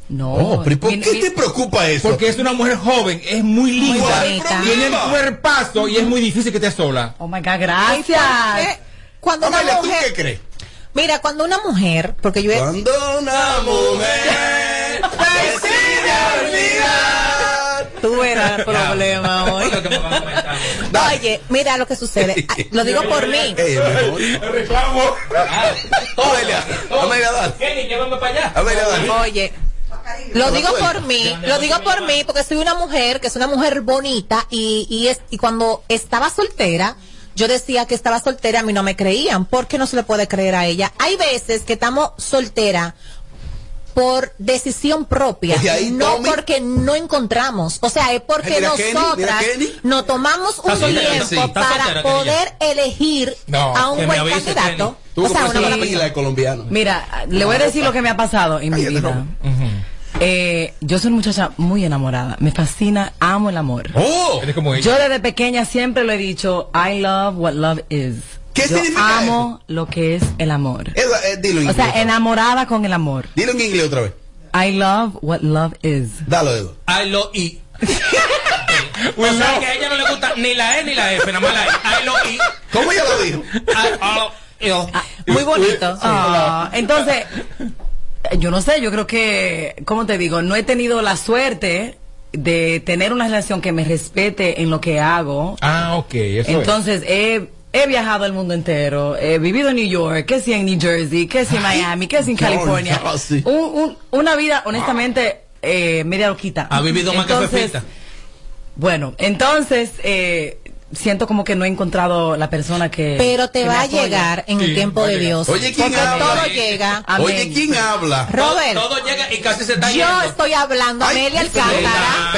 S14: No.
S1: Oh, pero ¿y ¿por qué te preocupa eso?
S15: Porque es una mujer joven, es muy linda,
S14: bonita.
S15: tiene el cuerpazo y es muy difícil que esté sola.
S14: Oh my God, gracias.
S3: Ay, ¿por qué? Cuando una
S15: Amelia, ¿tú
S3: mujer-
S15: qué crees?
S3: Mira, cuando una mujer, porque yo he-
S1: Cuando una mujer
S3: Tú verás el problema hoy. Oye, mira lo que sucede. Ah, Lo digo por mí.
S1: Reclamo. Amelia, Amelia, dale.
S2: llévame para allá.
S1: Amelia, dale.
S3: Oye, lo digo
S1: Suelta.
S3: por mí, lo digo por mí, porque soy una mujer que es una mujer bonita y, y, es, y cuando estaba soltera, yo decía que estaba soltera, a mí no me creían, porque no se le puede creer a ella. Hay veces que estamos soltera por decisión propia,
S1: Oye, ahí,
S3: no
S1: Tommy.
S3: porque no encontramos, o sea, es porque
S1: Ay, mira Kenny, mira
S3: nosotras
S1: Kenny.
S3: nos tomamos un
S1: Está soltera,
S3: tiempo
S1: sí, está
S3: para
S1: soltera, Kenny, ya.
S3: poder elegir
S1: No,
S3: a un buen candidato.
S1: Tuvo
S3: O sea,
S1: que
S3: una
S1: ponerse
S3: buena
S1: la pila
S3: persona.
S1: el colombiano.
S14: Mira, le voy a decir lo que me ha pasado en mi vida. Eh, yo soy una muchacha muy enamorada. Me fascina, amo el amor.
S15: Oh, eres como ella.
S14: Yo desde pequeña siempre lo he dicho, I love what love is.
S1: ¿Qué
S14: yo
S1: significa
S14: amo lo que es el amor.
S1: Esa, eh, dilo en
S14: o
S1: inglés.
S14: sea, enamorada con el amor.
S1: Dilo en inglés otra vez.
S14: I love what love is.
S1: Dalo, Edu.
S2: I lo I. o sea que a ella no le gusta ni la E ni la F, nada más la E. I lo I.
S1: ¿Cómo ella lo dijo?
S2: I oh, lo I.
S14: Ah, Muy bonito. Ah, entonces, eh, yo no sé, yo creo que, ¿cómo te digo? No he tenido la suerte de tener una relación que me respete en lo que hago.
S15: Ah, ok, eso es.
S14: Entonces, he, he viajado al mundo entero, he vivido en New York, que si en New Jersey, que si en Miami, que si en
S2: Ay,
S14: California.
S2: no, sí.
S14: Un- un- una vida, honestamente, eh, media loquita.
S2: Ha vivido más que
S14: Entonces,
S2: Pepita.
S14: Bueno, entonces, eh, siento como que no he encontrado la persona
S15: Eh,
S14: que...
S3: Pero te
S14: que
S3: va
S14: me
S3: a
S14: apoye.
S3: llegar en el tiempo de Dios.
S1: Oye, ¿quién
S3: porque
S1: habla?
S3: todo llega.
S14: Amén.
S1: Oye, ¿quién habla?
S3: Robert.
S2: Todo llega y casi se está
S3: Yo estoy hablando, Amelia Alcántara.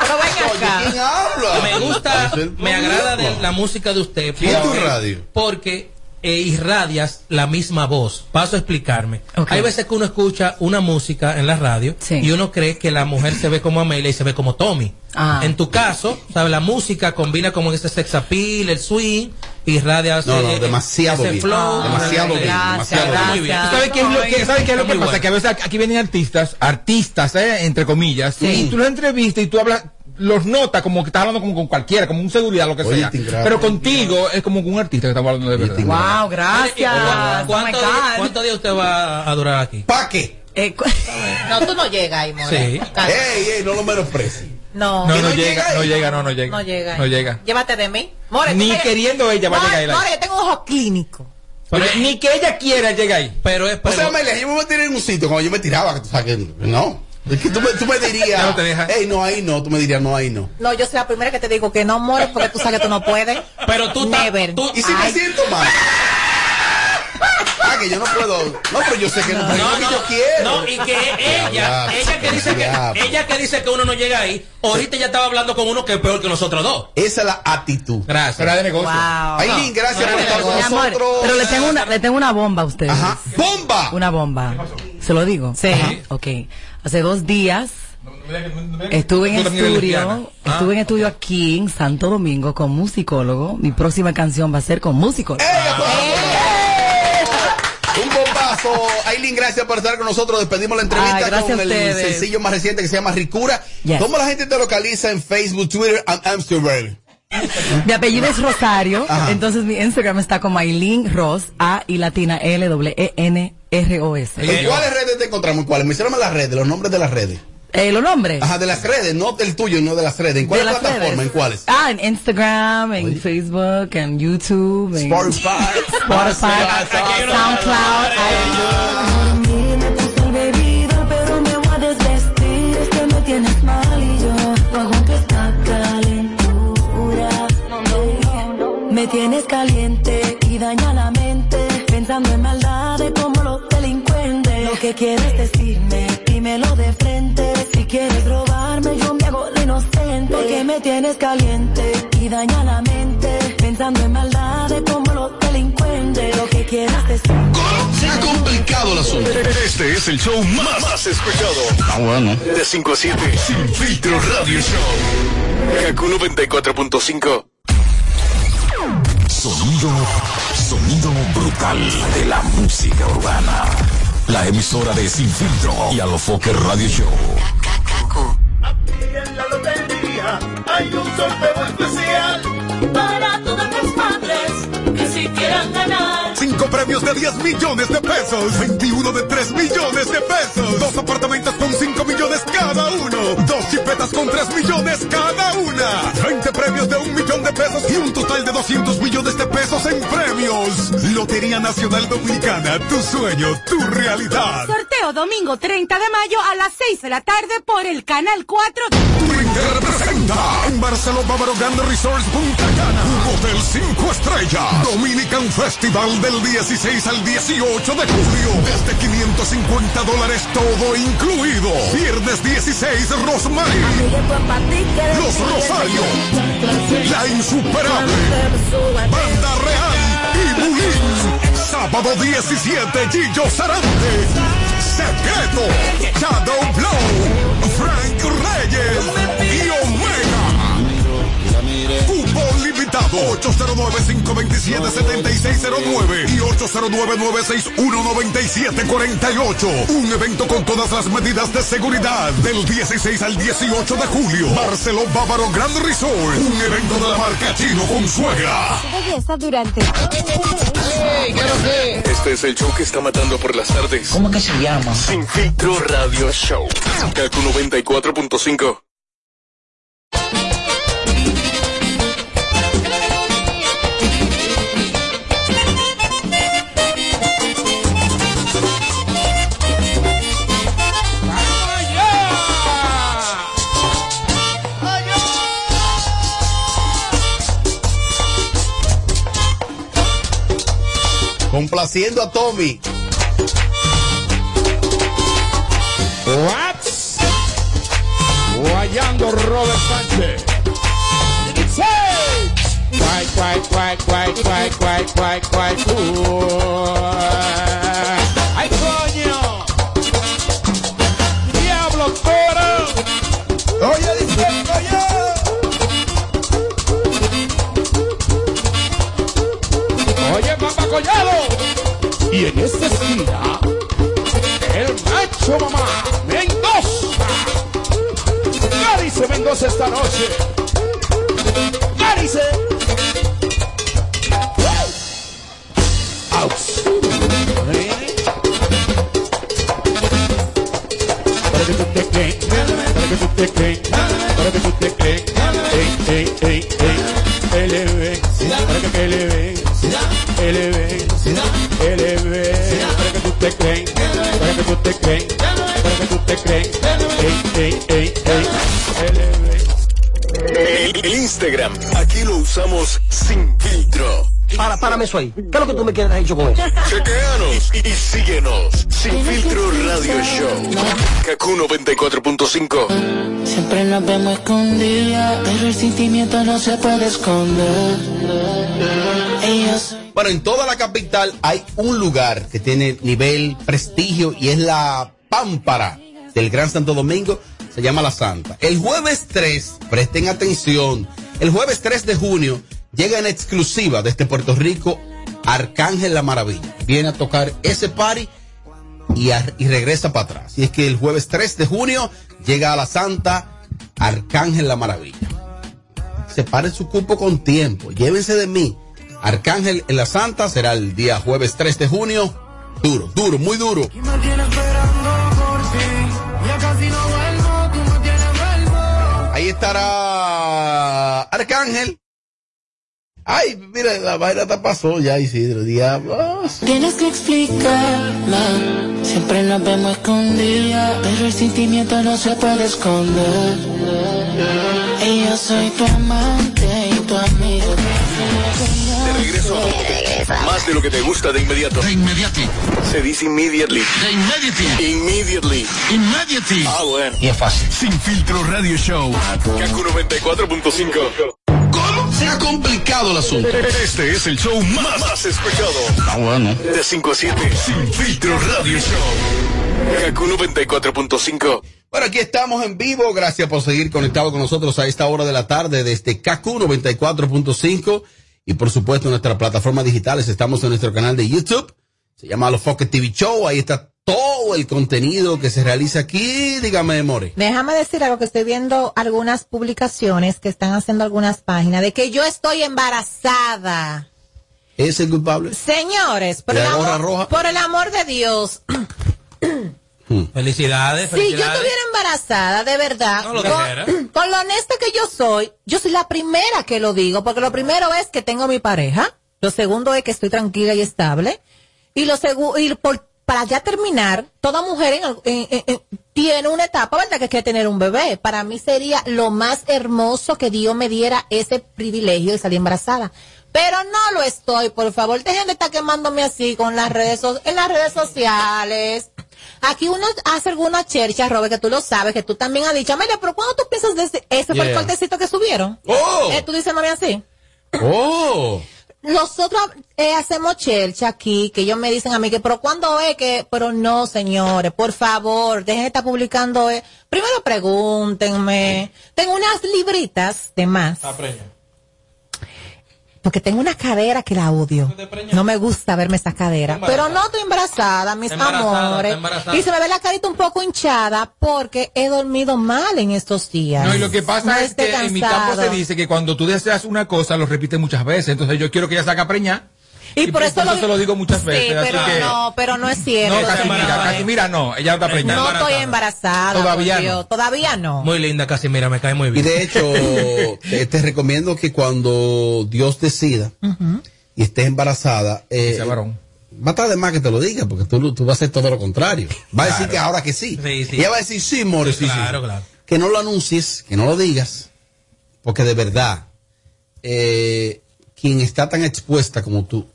S3: Pero ven acá.
S1: ¿Quién ah. habla?
S2: Me gusta, me agrada de la música de usted.
S1: es tu
S2: porque-
S1: radio?
S2: Porque eh, irradias la misma voz. Paso a explicarme. Hay veces que uno escucha una música en la radio y uno cree que la mujer se ve como Amelia y se ve como Tommy.
S14: Ah.
S2: En tu caso, ¿sabes? la música combina como ese sex appeal, el swing, irradias
S1: No, no,
S2: eh,
S1: demasiado
S2: ese
S1: bien.
S2: flow.
S1: Demasiado bien,
S2: Gracias,
S1: demasiado bien.
S2: muy bien.
S15: ¿Tú ¿Sabes qué es lo que, ¿sabes qué es lo que
S2: Muy
S15: pasa?
S2: bueno.
S15: Que a veces aquí vienen artistas, artistas, eh, entre comillas,
S2: Sí.
S15: y tú los entrevistas y tú hablas, los notas como que estás hablando como con cualquiera, como un seguridad, lo que
S1: Oye,
S15: sea.
S1: Tingrado.
S15: Pero contigo es como con un artista que estamos hablando de verdad.
S14: Wow, gracias.
S2: eh, ¿Cuánto-
S14: Oh my
S2: ¿Cuántos
S14: God.
S2: días cuánto día usted va a durar aquí?
S1: ¿Para qué?
S14: Eh, cu-
S3: No, tú no llegas ahí, more.
S15: Sí.
S1: Ey, ey, no lo menosprecies.
S3: No.
S15: No, no, llega, no llega, no, no llega.
S3: No llega ahí.
S15: No llega.
S3: Llévate de mí. More, tú
S15: Ni
S3: me-
S15: queriendo ella va a
S3: More,
S15: llegar ahí, la-
S3: More, yo tengo ojo clínico.
S15: Oye, ni que ella quiera llega ahí.
S2: Pero es
S1: O sea, Amelia, yo me voy a tirar en un sitio cuando yo me tiraba, que tú sabes que no. Es que tú me, tú me dirías,
S15: Ya no te deja.
S1: ey, no, ahí no, tú me dirías, no, ahí no.
S3: No, yo soy la primera que te digo que no, More, porque tú sabes que tú no puedes.
S2: Pero tú ta-
S3: Never.
S2: tú-
S1: ¿Y si me
S3: Ay,
S1: siento mal? Ah, que yo no puedo. No, pero yo sé que no, pero es lo que yo quiero. Ah,
S2: No, y que ella,
S1: Diablo,
S2: ella que dice que,
S1: diablo.
S2: ella que dice que uno no llega ahí, ahorita ya estaba hablando con uno que es peor que nosotros dos.
S1: Esa es la actitud.
S2: Gracias.
S15: Será de negocio.
S14: Wow.
S1: Aileen, gracias por estar con
S14: Mi amor,
S1: nosotros.
S14: pero le tengo una, le tengo una bomba a ustedes.
S1: ¡Bomba!
S14: Una bomba. ¿Se lo digo?
S3: Sí.
S14: Ajá, Ok. Hace dos días estuve en
S15: Tú también eres lesbiana.
S14: estudio,
S8: Ah,
S17: Ah.
S14: estuve en estudio aquí en Santo Domingo con musicólogo. Mi próxima canción va a ser con musicólogo.
S1: Un bombazo. Aileen, gracias por estar con nosotros. Despedimos la
S14: Ay,
S1: entrevista
S14: gracias
S1: con
S14: a
S1: el
S14: ustedes.
S1: sencillo más reciente que se llama Ricura.
S14: Yes.
S1: ¿Cómo la gente te localiza en Facebook, Twitter and Amsterdam?
S14: Mi apellido es Rosario,
S1: Ajá.
S14: entonces mi Instagram está como Aileen Ross, A y latina L W E N R O S.
S1: ¿En cuáles redes te encontramos? ¿En ¿Cuáles? Mencióname las redes, los nombres de las redes.
S14: Eh, ¿Los nombres?
S1: Ajá, de las redes, no del tuyo, no de las redes. ¿En cuáles
S14: de las
S1: plataformas?
S14: redes.
S1: ¿En cuáles?
S14: Ah, en Instagram, en Facebook, en YouTube, en
S1: Spotify.
S14: Spotify, SoundCloud,
S13: A mí me puso el bebido, pero me voy a desvestir. Es que me tienes mal y yo no aguanto esta calentura. Me tienes caliente y daña la mente, pensando en maldades como los delincuentes. Lo que quieres decirme, dímelo de frente. Si quieres robarme, yo me hago la inocente. Porque me tienes caliente y daña la mente, pensando en maldades como los delincuentes. Lo que quieres decirme.
S1: Se ha complicado el asunto. asunto.
S12: Este es el show más, más escuchado.
S1: Ah, bueno.
S12: De 5 a 7. Sin filtro radio show. Kaku 94.5.
S18: Sonido, sonido brutal de la música urbana. La emisora de Sin Filtro y Alofoque Radio Show.
S19: En la lotería hay un sorteo especial para todas las madres que si quieran ganar.
S10: 5 premios de 10 millones de pesos. 21 de 3 millones de pesos. Dos apartamentos con 5 millones cada uno. Dos chipetas con 3 millones cada una. 20 premios de 1 millón de pesos y un total de 200 millones de pesos en premios. Lotería Nacional Dominicana. Tu sueño, tu realidad.
S3: Sorteo domingo 30 de mayo a las 6 de la tarde por el canal 4.
S10: Inter presenta en Barceló Bávaro Grand Resorts Punta Cana un hotel 5 estrellas Dominican Festival del 16 al 18 de julio desde 550 dólares todo incluido viernes 16 Rosemary Los Rosario La Insuperable Banda Real y Bulín sábado 17 Gillo Sarante Secreto Shadow Blow Frank Reyes y Omega. Fútbol limitado 809-527-7609 y 809-961-9748. Un evento con todas las medidas de seguridad del 16 al 18 de julio. Barceló Bávaro Grand Resort. Un evento de la marca Chino con suegra.
S8: Belleza durante.
S12: Este es el show que está matando por las tardes. ¿Cómo que se llama? Sin filtro radio show. Kaku 94.5.
S1: Complaciendo a Tommy.
S5: What's Guayando Robert Sánchez. Guay, guay, guay, guay, guay, guay, guay, guay, guay. ¡Ay, coño! ¡Diablo, toro! ¡Oye, diciendo yo! ¡Oye, papá collado! Y en esta esquina, el macho mamá, Mendoza. Carice Mendoza esta noche. Carice. Ouch. Para que tú te crees, para que tú te crees, para que tú te crees. Ey, ey, ey, ey. LB, para que LB, LB, LB, para que tú te crees, para que tú te crees, para que tú te crees. Ey, ey, ey, ey. LB.
S12: El, el Instagram. Aquí lo usamos sin filtro.
S20: Para, párame eso ahí. ¿Qué es lo que tú me quieres hecho con eso?
S12: Chequeanos y, y síguenos. Sin filtro radio show. Kaku 94.5.
S17: Siempre nos vemos escondidas, pero el sentimiento no se puede esconder. Ella soy
S1: Bueno, en toda la capital hay un lugar que tiene nivel, prestigio y es la pámpara del Gran Santo Domingo. Se llama La Santa. El jueves 3, presten atención, el jueves 3 de junio llega en exclusiva desde Puerto Rico Arcángel La Maravilla. Viene a tocar ese party y, a- y regresa para atrás. Y es que el jueves 3 de junio llega a La Santa Arcángel La Maravilla separen su cupo con tiempo. Llévense de mí. Arcángel en la Santa será el día jueves 3 de junio. Duro, duro, muy duro.
S19: me tiene esperando por ti. Ya casi no vuelvo, tú me tienes vuelvo.
S1: Ahí estará Arcángel. Ay, mira, la vaina te pasó ya, Isidro, diablo.
S17: Tienes que explicarme. Siempre nos vemos escondidas, pero el sentimiento no se puede esconder. Y yo soy tu amante y tu amigo.
S12: De regreso a Más de lo que te gusta de inmediato. De inmediato. Se dice immediately. De inmediato. Immediately. Immediately. Ah, bueno.
S18: Y es fácil. Sin filtro radio show.
S12: Kaku 94.5.
S18: ¿Cómo? Sí.
S1: Está complicado el asunto.
S12: Este es el show más, más escuchado.
S1: Ah, bueno.
S12: De 5 a 7. Sin filtro radio show. Kaku 94.5.
S1: Bueno, aquí estamos en vivo. Gracias por seguir conectado con nosotros a esta hora de la tarde desde KQ 94.5 y por supuesto en nuestras plataformas digitales. Estamos en nuestro canal de YouTube. Se llama Los Foques TV Show. Ahí está todo el contenido que se realiza aquí. Dígame, More.
S3: Déjame decir algo que estoy viendo algunas publicaciones que están haciendo algunas páginas de que yo estoy embarazada.
S1: ¿Es el culpable?
S3: Señores, por,
S1: ¿La
S3: el
S1: gorra
S3: amor,
S1: roja?
S3: por el amor de Dios,
S1: Hmm.
S2: Felicidades,
S3: si yo
S2: Ah, felicidades.
S3: estuviera embarazada, de verdad,
S2: No lo dijera.
S3: con, con lo honesta que yo soy, yo soy la primera que lo digo, porque lo primero es que tengo mi pareja, lo segundo es que estoy tranquila y estable, y lo segundo, y por- para ya terminar, toda mujer en al- en- en- en- tiene una etapa, ¿verdad? Que quiere tener un bebé. Para mí sería lo más hermoso que Dios me diera ese privilegio de salir embarazada. Pero no lo estoy, por favor. Dejen de estar quemándome así con las redes, so- en las redes sociales. Aquí uno hace alguna chercha, Robert, que tú lo sabes, que tú también has dicho, Amelia, pero ¿cuándo tú piensas de ese? Ese fue el
S1: Yeah.
S3: cortecito que subieron.
S1: Oh.
S3: Eh, tú dices, mami, así.
S1: Oh.
S3: Nosotros eh, hacemos chercha aquí, que ellos me dicen a mí que, pero ¿cuándo es que? Pero no, señores, por favor, dejen de estar publicando. eh. Primero pregúntenme. Tengo unas libritas de más,
S2: Está preña.
S3: porque tengo una cadera que la odio. No me gusta verme esa cadera. Pero no estoy embarazada, mis
S2: Está embarazada,
S3: amores.
S2: está embarazada.
S3: Y se me ve la carita un poco hinchada porque he dormido mal en estos días.
S15: No, y lo que pasa
S3: No
S15: es que
S3: estoy
S15: en mi campo se
S3: cansado.
S15: dice que cuando tú deseas una cosa, lo repites muchas veces. Entonces yo quiero que ella salga preñada.
S3: Y por eso lo-
S15: se lo digo muchas
S3: Sí,
S15: veces. así
S3: pero
S15: que-
S3: no, pero no es cierto.
S15: No, Casimira,
S3: señores.
S15: Casimira no, ella está preñada.
S3: eh. No estoy embarazada.
S15: Pues Todavía
S3: por
S15: no.
S3: Dios, Todavía no.
S2: Muy linda, casi mira, me cae muy
S1: Y
S2: bien.
S1: de hecho, eh, te recomiendo que cuando Dios decida
S3: Ujú.
S1: y estés embarazada, eh, va a estar de más que te lo diga, porque tú, tú vas a hacer todo lo contrario. Va a decir
S2: Claro.
S1: que ahora que sí.
S2: Sí, sí.
S1: Ella va a decir sí, More, sí, sí.
S2: claro, claro.
S1: Que no lo anuncies, que no lo digas, porque de verdad, eh, quien está tan expuesta como tú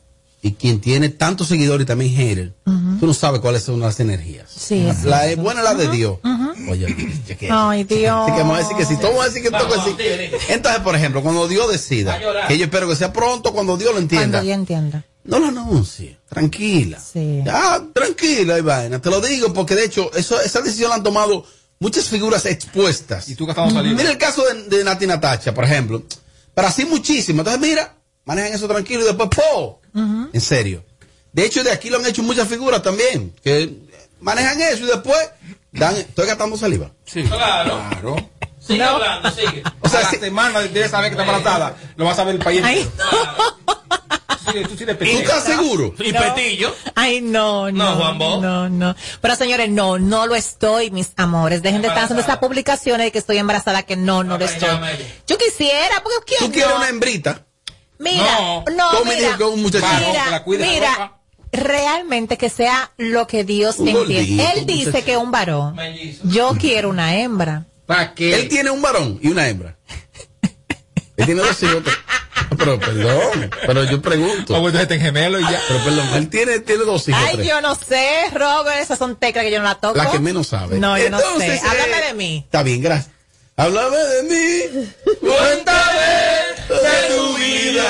S1: y quien tiene tantos seguidores y también haters,
S3: Ujú.
S1: tú no sabes cuáles son las energías.
S3: Sí, es
S1: la es
S3: cierto.
S1: buena la de
S3: Ujú,
S1: Dios.
S3: ujú.
S1: Oye, ya que-
S3: Ay, Dios.
S1: Así que vamos a decir que sí. Todos vamos a decir que
S3: Oh, Vamos,
S1: toco así. Entonces, por ejemplo, cuando Dios decida, que yo espero que sea pronto, cuando Dios lo entienda,
S3: Cuando yo entienda.
S1: no lo anuncie. Tranquila.
S3: Sí.
S1: Ah, tranquila, y vaina. Te lo digo porque, de hecho, eso, esa decisión la han tomado muchas figuras expuestas. Y tú
S15: estamos saliendo.
S1: Mira el caso de, de Nati Natacha, por ejemplo. Pero así muchísimo. Entonces, mira, manejan eso tranquilo y después, ¡po! En serio. De hecho, de aquí lo han hecho muchas figuras también. Que manejan eso y después dan. Estoy gastando saliva.
S15: Sí. Claro.
S2: Sigue hablando, sigue.
S15: O sea, la semana de saber que está embarazada, lo vas a ver el país. Sí, tú sí le pegas.
S2: Y Petillo.
S3: Ay, no, no.
S2: No, Juan Bo.
S3: No, no. Pero señores, no, no lo estoy, mis amores. Dejen de estar haciendo esas publicaciones de que estoy embarazada, que no, no lo estoy. Yo quisiera, porque ¿quién
S1: Tú quieres
S3: no?
S1: una hembrita.
S3: Mira,
S1: No.
S3: no,
S1: Tú me dijo
S3: mira,
S1: que un muchachito.
S3: mira,
S1: Varón, que la cuide, la
S3: mira,
S1: ropa.
S3: realmente que sea lo que Dios
S1: Un
S3: entiende.
S1: gordito,
S3: Él
S1: un
S3: dice
S1: muchachito.
S3: que un varón. Yo quiero una hembra.
S15: ¿Para qué?
S1: Él tiene un varón y una hembra. Él tiene dos hijos. Ah, Pero perdón, pero yo pregunto.
S15: Ah, bueno, entonces ten gemelo y ya.
S1: Pero perdón, él tiene, tiene dos hijos.
S3: Ay,
S1: tres.
S3: yo no sé, Robert, esas son teclas que yo no la toco.
S1: La que menos sabe.
S3: No, yo no
S1: Entonces,
S3: sé. Háblame
S1: eh,
S3: de mí.
S1: Está bien, gracias. Háblame de mí.
S2: de tu vida.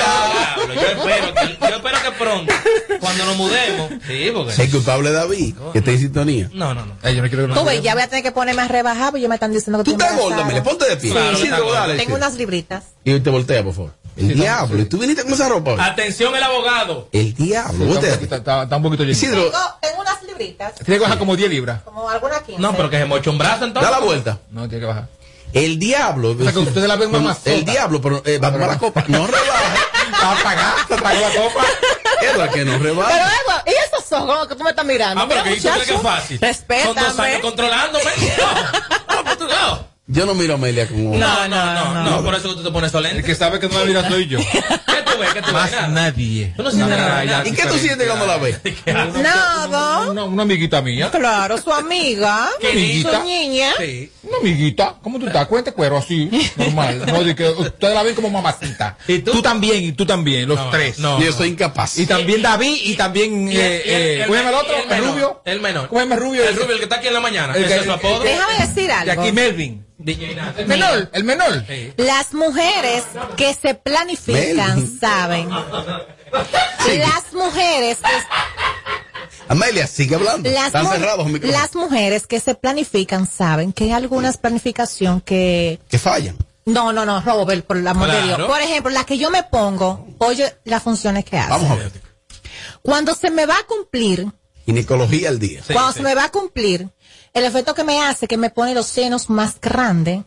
S2: Yo espero, que, yo espero que pronto, cuando nos mudemos. Sí, porque.
S1: El culpable David, que está en sintonía.
S2: No, no, no.
S1: yo no quiero
S3: Tú ves, ya voy a tener que ponerme a rebajar porque ya me están diciendo que
S1: Tú
S3: estoy
S1: estás gorda,
S3: embarazada.
S1: mire, ponte de pie.
S2: Claro,
S1: Sí,
S2: está
S1: tú,
S2: gorda.
S1: dale,
S3: Tengo
S1: sí.
S3: unas libritas.
S1: Y te voltea, por favor. El diablo. ¿Y tú viniste con esa ropa? hoy?
S2: Atención, el abogado.
S1: El diablo. volteate.
S15: Está, está un poquito lleno.
S1: Isidro,
S3: Tengo, tengo unas libritas,
S15: tiene que bajar como 10 libras.
S3: como alguna quince.
S2: No, pero que se moche un brazo entonces.
S1: Da la vuelta.
S15: No, tiene que bajar.
S1: El diablo.
S15: sea, que ustedes la ven
S1: No, no,
S15: mamazota.
S1: El diablo, pero eh, va a tomar la copa. No rebaja.
S15: Está apagada, está apagada la copa.
S1: Es la que no
S3: Pero
S1: rebaja.
S3: algo, y esos ojos que tú me estás mirando.
S2: Ah, pero
S3: Mira,
S2: que tú crees que es
S3: muchacho,
S2: fácil. Son dos años
S3: Respétame.
S2: controlándome. No, no, pues tú no.
S1: Yo no miro a Amelia como.
S2: No, no, no, no, por eso tú te pones solente.
S15: El que sabe que no la mira soy yo.
S2: ¿Qué tú ves? ¿Qué tú ves?
S15: Más
S2: Nada.
S15: nadie.
S2: Tú no sientes
S15: Nada,
S2: nada,
S15: ya,
S2: nada.
S1: ¿Y qué tú sientes cuando la ves?
S3: Nada.
S15: Una, una amiguita mía.
S3: Claro, su amiga,
S15: ¿Qué amiguita?
S3: su niña.
S2: Sí.
S15: Una amiguita. ¿Cómo tú te das cuenta? Cuero así. Normal. No, de que ustedes la ven como mamacita. ¿Y tú? también, y tú también, los tres.
S2: no,
S1: Yo soy incapaz.
S15: Y también David, y también.
S2: Y el-
S15: eh,
S2: y el-
S15: eh,
S2: y el-
S15: ¿Cómo se llama el
S2: y
S15: otro? El,
S2: menor,
S15: rubio.
S2: El menor.
S15: ¿Cómo se llama el rubio?
S2: El rubio, el que está aquí en la mañana.
S15: El
S2: Ese
S15: que-
S2: es su apodo.
S3: Déjame decir
S15: De
S3: algo.
S15: aquí, Melvin.
S2: El
S15: menor, el menor.
S3: Las mujeres que se planifican saben. Las mujeres que,
S1: Amelia, sigue hablando.
S3: las,
S1: Están
S3: mu-
S1: cerrados los micrófonos.
S3: las mujeres que se planifican saben que hay algunas planificación que
S1: Que fallan.
S3: no, no, no, Robert, por el amor de
S1: Claro.
S3: Dios. Por ejemplo, las que yo me pongo, oye las funciones que hace.
S1: Vamos a ver.
S3: Cuando se me va a cumplir,
S1: Ginecología al día.
S3: cuando se me va a cumplir, el efecto que me hace que me pone los senos más grandes.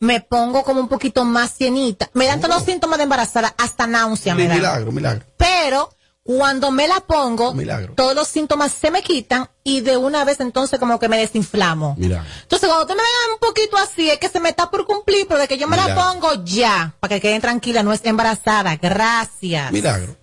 S3: Me pongo como un poquito más cienita. Me dan todos los síntomas de embarazada, hasta náusea me
S1: Milagro,
S3: dan.
S1: Oh. milagro, milagro.
S3: Pero cuando me la pongo,
S1: Milagro.
S3: todos los síntomas se me quitan y de una vez entonces como que me desinflamo.
S1: Milagro.
S3: Entonces cuando usted me vean un poquito así, es que se me está por cumplir, pero de que yo me la
S1: Milagro.
S3: pongo ya, para que queden tranquila, no esté embarazada. Gracias.
S1: Milagro.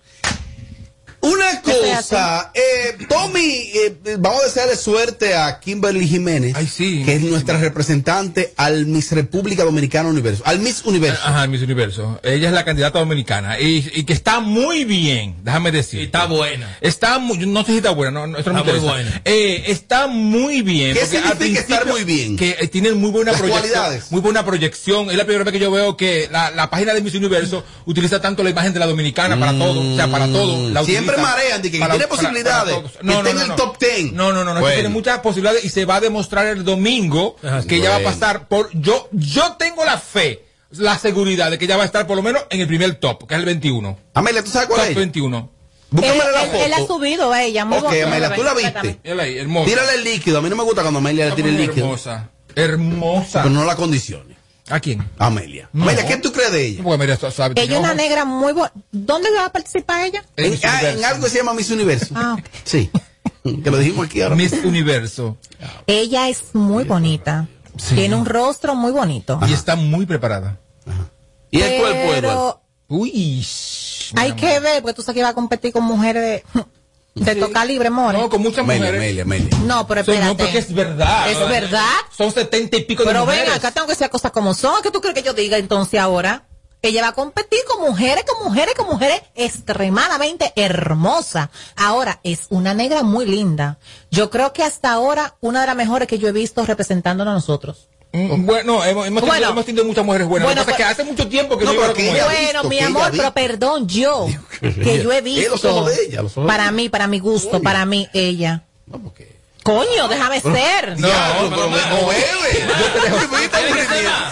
S1: Una cosa, eh, Tommy, eh, vamos a desearle suerte a Kimberly Jiménez, que es nuestra representante al Miss República Dominicana Universo, al Miss
S2: Ah,
S1: Universo.
S15: Ajá, Miss Universo. Ella es la candidata dominicana y, y que está muy bien, déjame decir. Está buena. Está muy, yo no sé si está buena, no, no, eso no
S2: Está
S15: me
S2: muy
S15: interesa. Eh, está muy bien.
S2: ¿Qué
S15: porque al
S2: significa estar
S15: principio
S2: muy bien?
S15: Que eh, tiene muy buena
S2: Las
S15: proyección.
S2: cualidades.
S15: Muy buena proyección. Es la primera vez que yo veo que la, la página de Miss Universo utiliza tanto la imagen de la dominicana para todo, o sea, para todo. la
S1: Mm. Siempre
S15: utiliza
S1: marean de que
S15: para-
S1: tiene
S15: para-
S1: posibilidades,
S15: para todos.
S1: que esté en el top 10.
S15: No, no, no, no, es que
S1: Bueno.
S15: tiene muchas posibilidades y se va a demostrar el domingo que ella va a
S1: Bueno.
S15: pasar por yo yo tengo la fe, la seguridad de que ella va a estar por lo menos en el primer top, que es el 21.
S1: Amelia, ¿tú sabes cuál
S15: top
S1: es?
S15: 21.
S3: Él, él- él ha subido ella, muy
S1: Ok,
S3: bonita.
S1: Amelia, tú la
S3: Espérame.
S1: viste.
S15: Mírala ahí, hermosa.
S1: Tírale el líquido, a mí no me gusta cuando Amelia le tira el líquido.
S15: Hermosa. Hermosa.
S1: Pero Pues no la condicione.
S15: ¿A quién?
S1: Amelia. Amelia, ¿qué tú crees de ella?
S15: Bueno, Amelia sabe.
S3: Ella es una negra muy buena. ¿Dónde va a participar ella?
S1: En, ah, en algo que se llama Miss Universo.
S3: Ah, ok.
S1: Sí. Que lo dijimos aquí ahora.
S15: Miss Universo.
S3: Ella es muy bonita.
S15: Sí.
S3: Tiene un rostro muy bonito.
S15: Y está muy preparada.
S3: Y el cuerpo, Pero- igual.
S15: Uy.
S3: Hay que ver, porque tú sabes que va a competir con mujeres de, de tocar libre, more. No,
S15: con muchas
S1: Amelia, Amelia, Amelia.
S3: No, pero
S15: Son-
S3: espérate.
S15: no, porque es verdad.
S3: Es verdad.
S15: Son 70 y pico de
S3: Pero ven,
S15: mujeres.
S3: acá tengo que decir cosas como son. ¿Qué tú crees que yo diga entonces ahora? Ella va a competir con mujeres, con mujeres, con mujeres extremadamente hermosas. Ahora, es una negra muy linda. Yo creo que hasta ahora una de las mejores que yo he visto representándonos a nosotros.
S15: Mm, Bueno, hemos, hemos tenido,
S3: Bueno.
S15: hemos tenido muchas mujeres buenas.
S3: Bueno,
S15: Lo que pasa es que hace mucho tiempo que no,
S1: pero
S15: veo
S1: que
S15: como
S1: ella
S15: ella.
S1: ha
S3: Bueno,
S1: visto,
S3: mi
S1: que ella
S3: amor,
S1: ha
S3: pero perdón, yo, que yo he visto.
S1: Es los ojos de ella, los ojos de
S3: para
S1: ella.
S3: mí, para mi gusto, para mí, ella. Coño, déjame ser.
S1: No, pero no, no bebe. Yo te dejo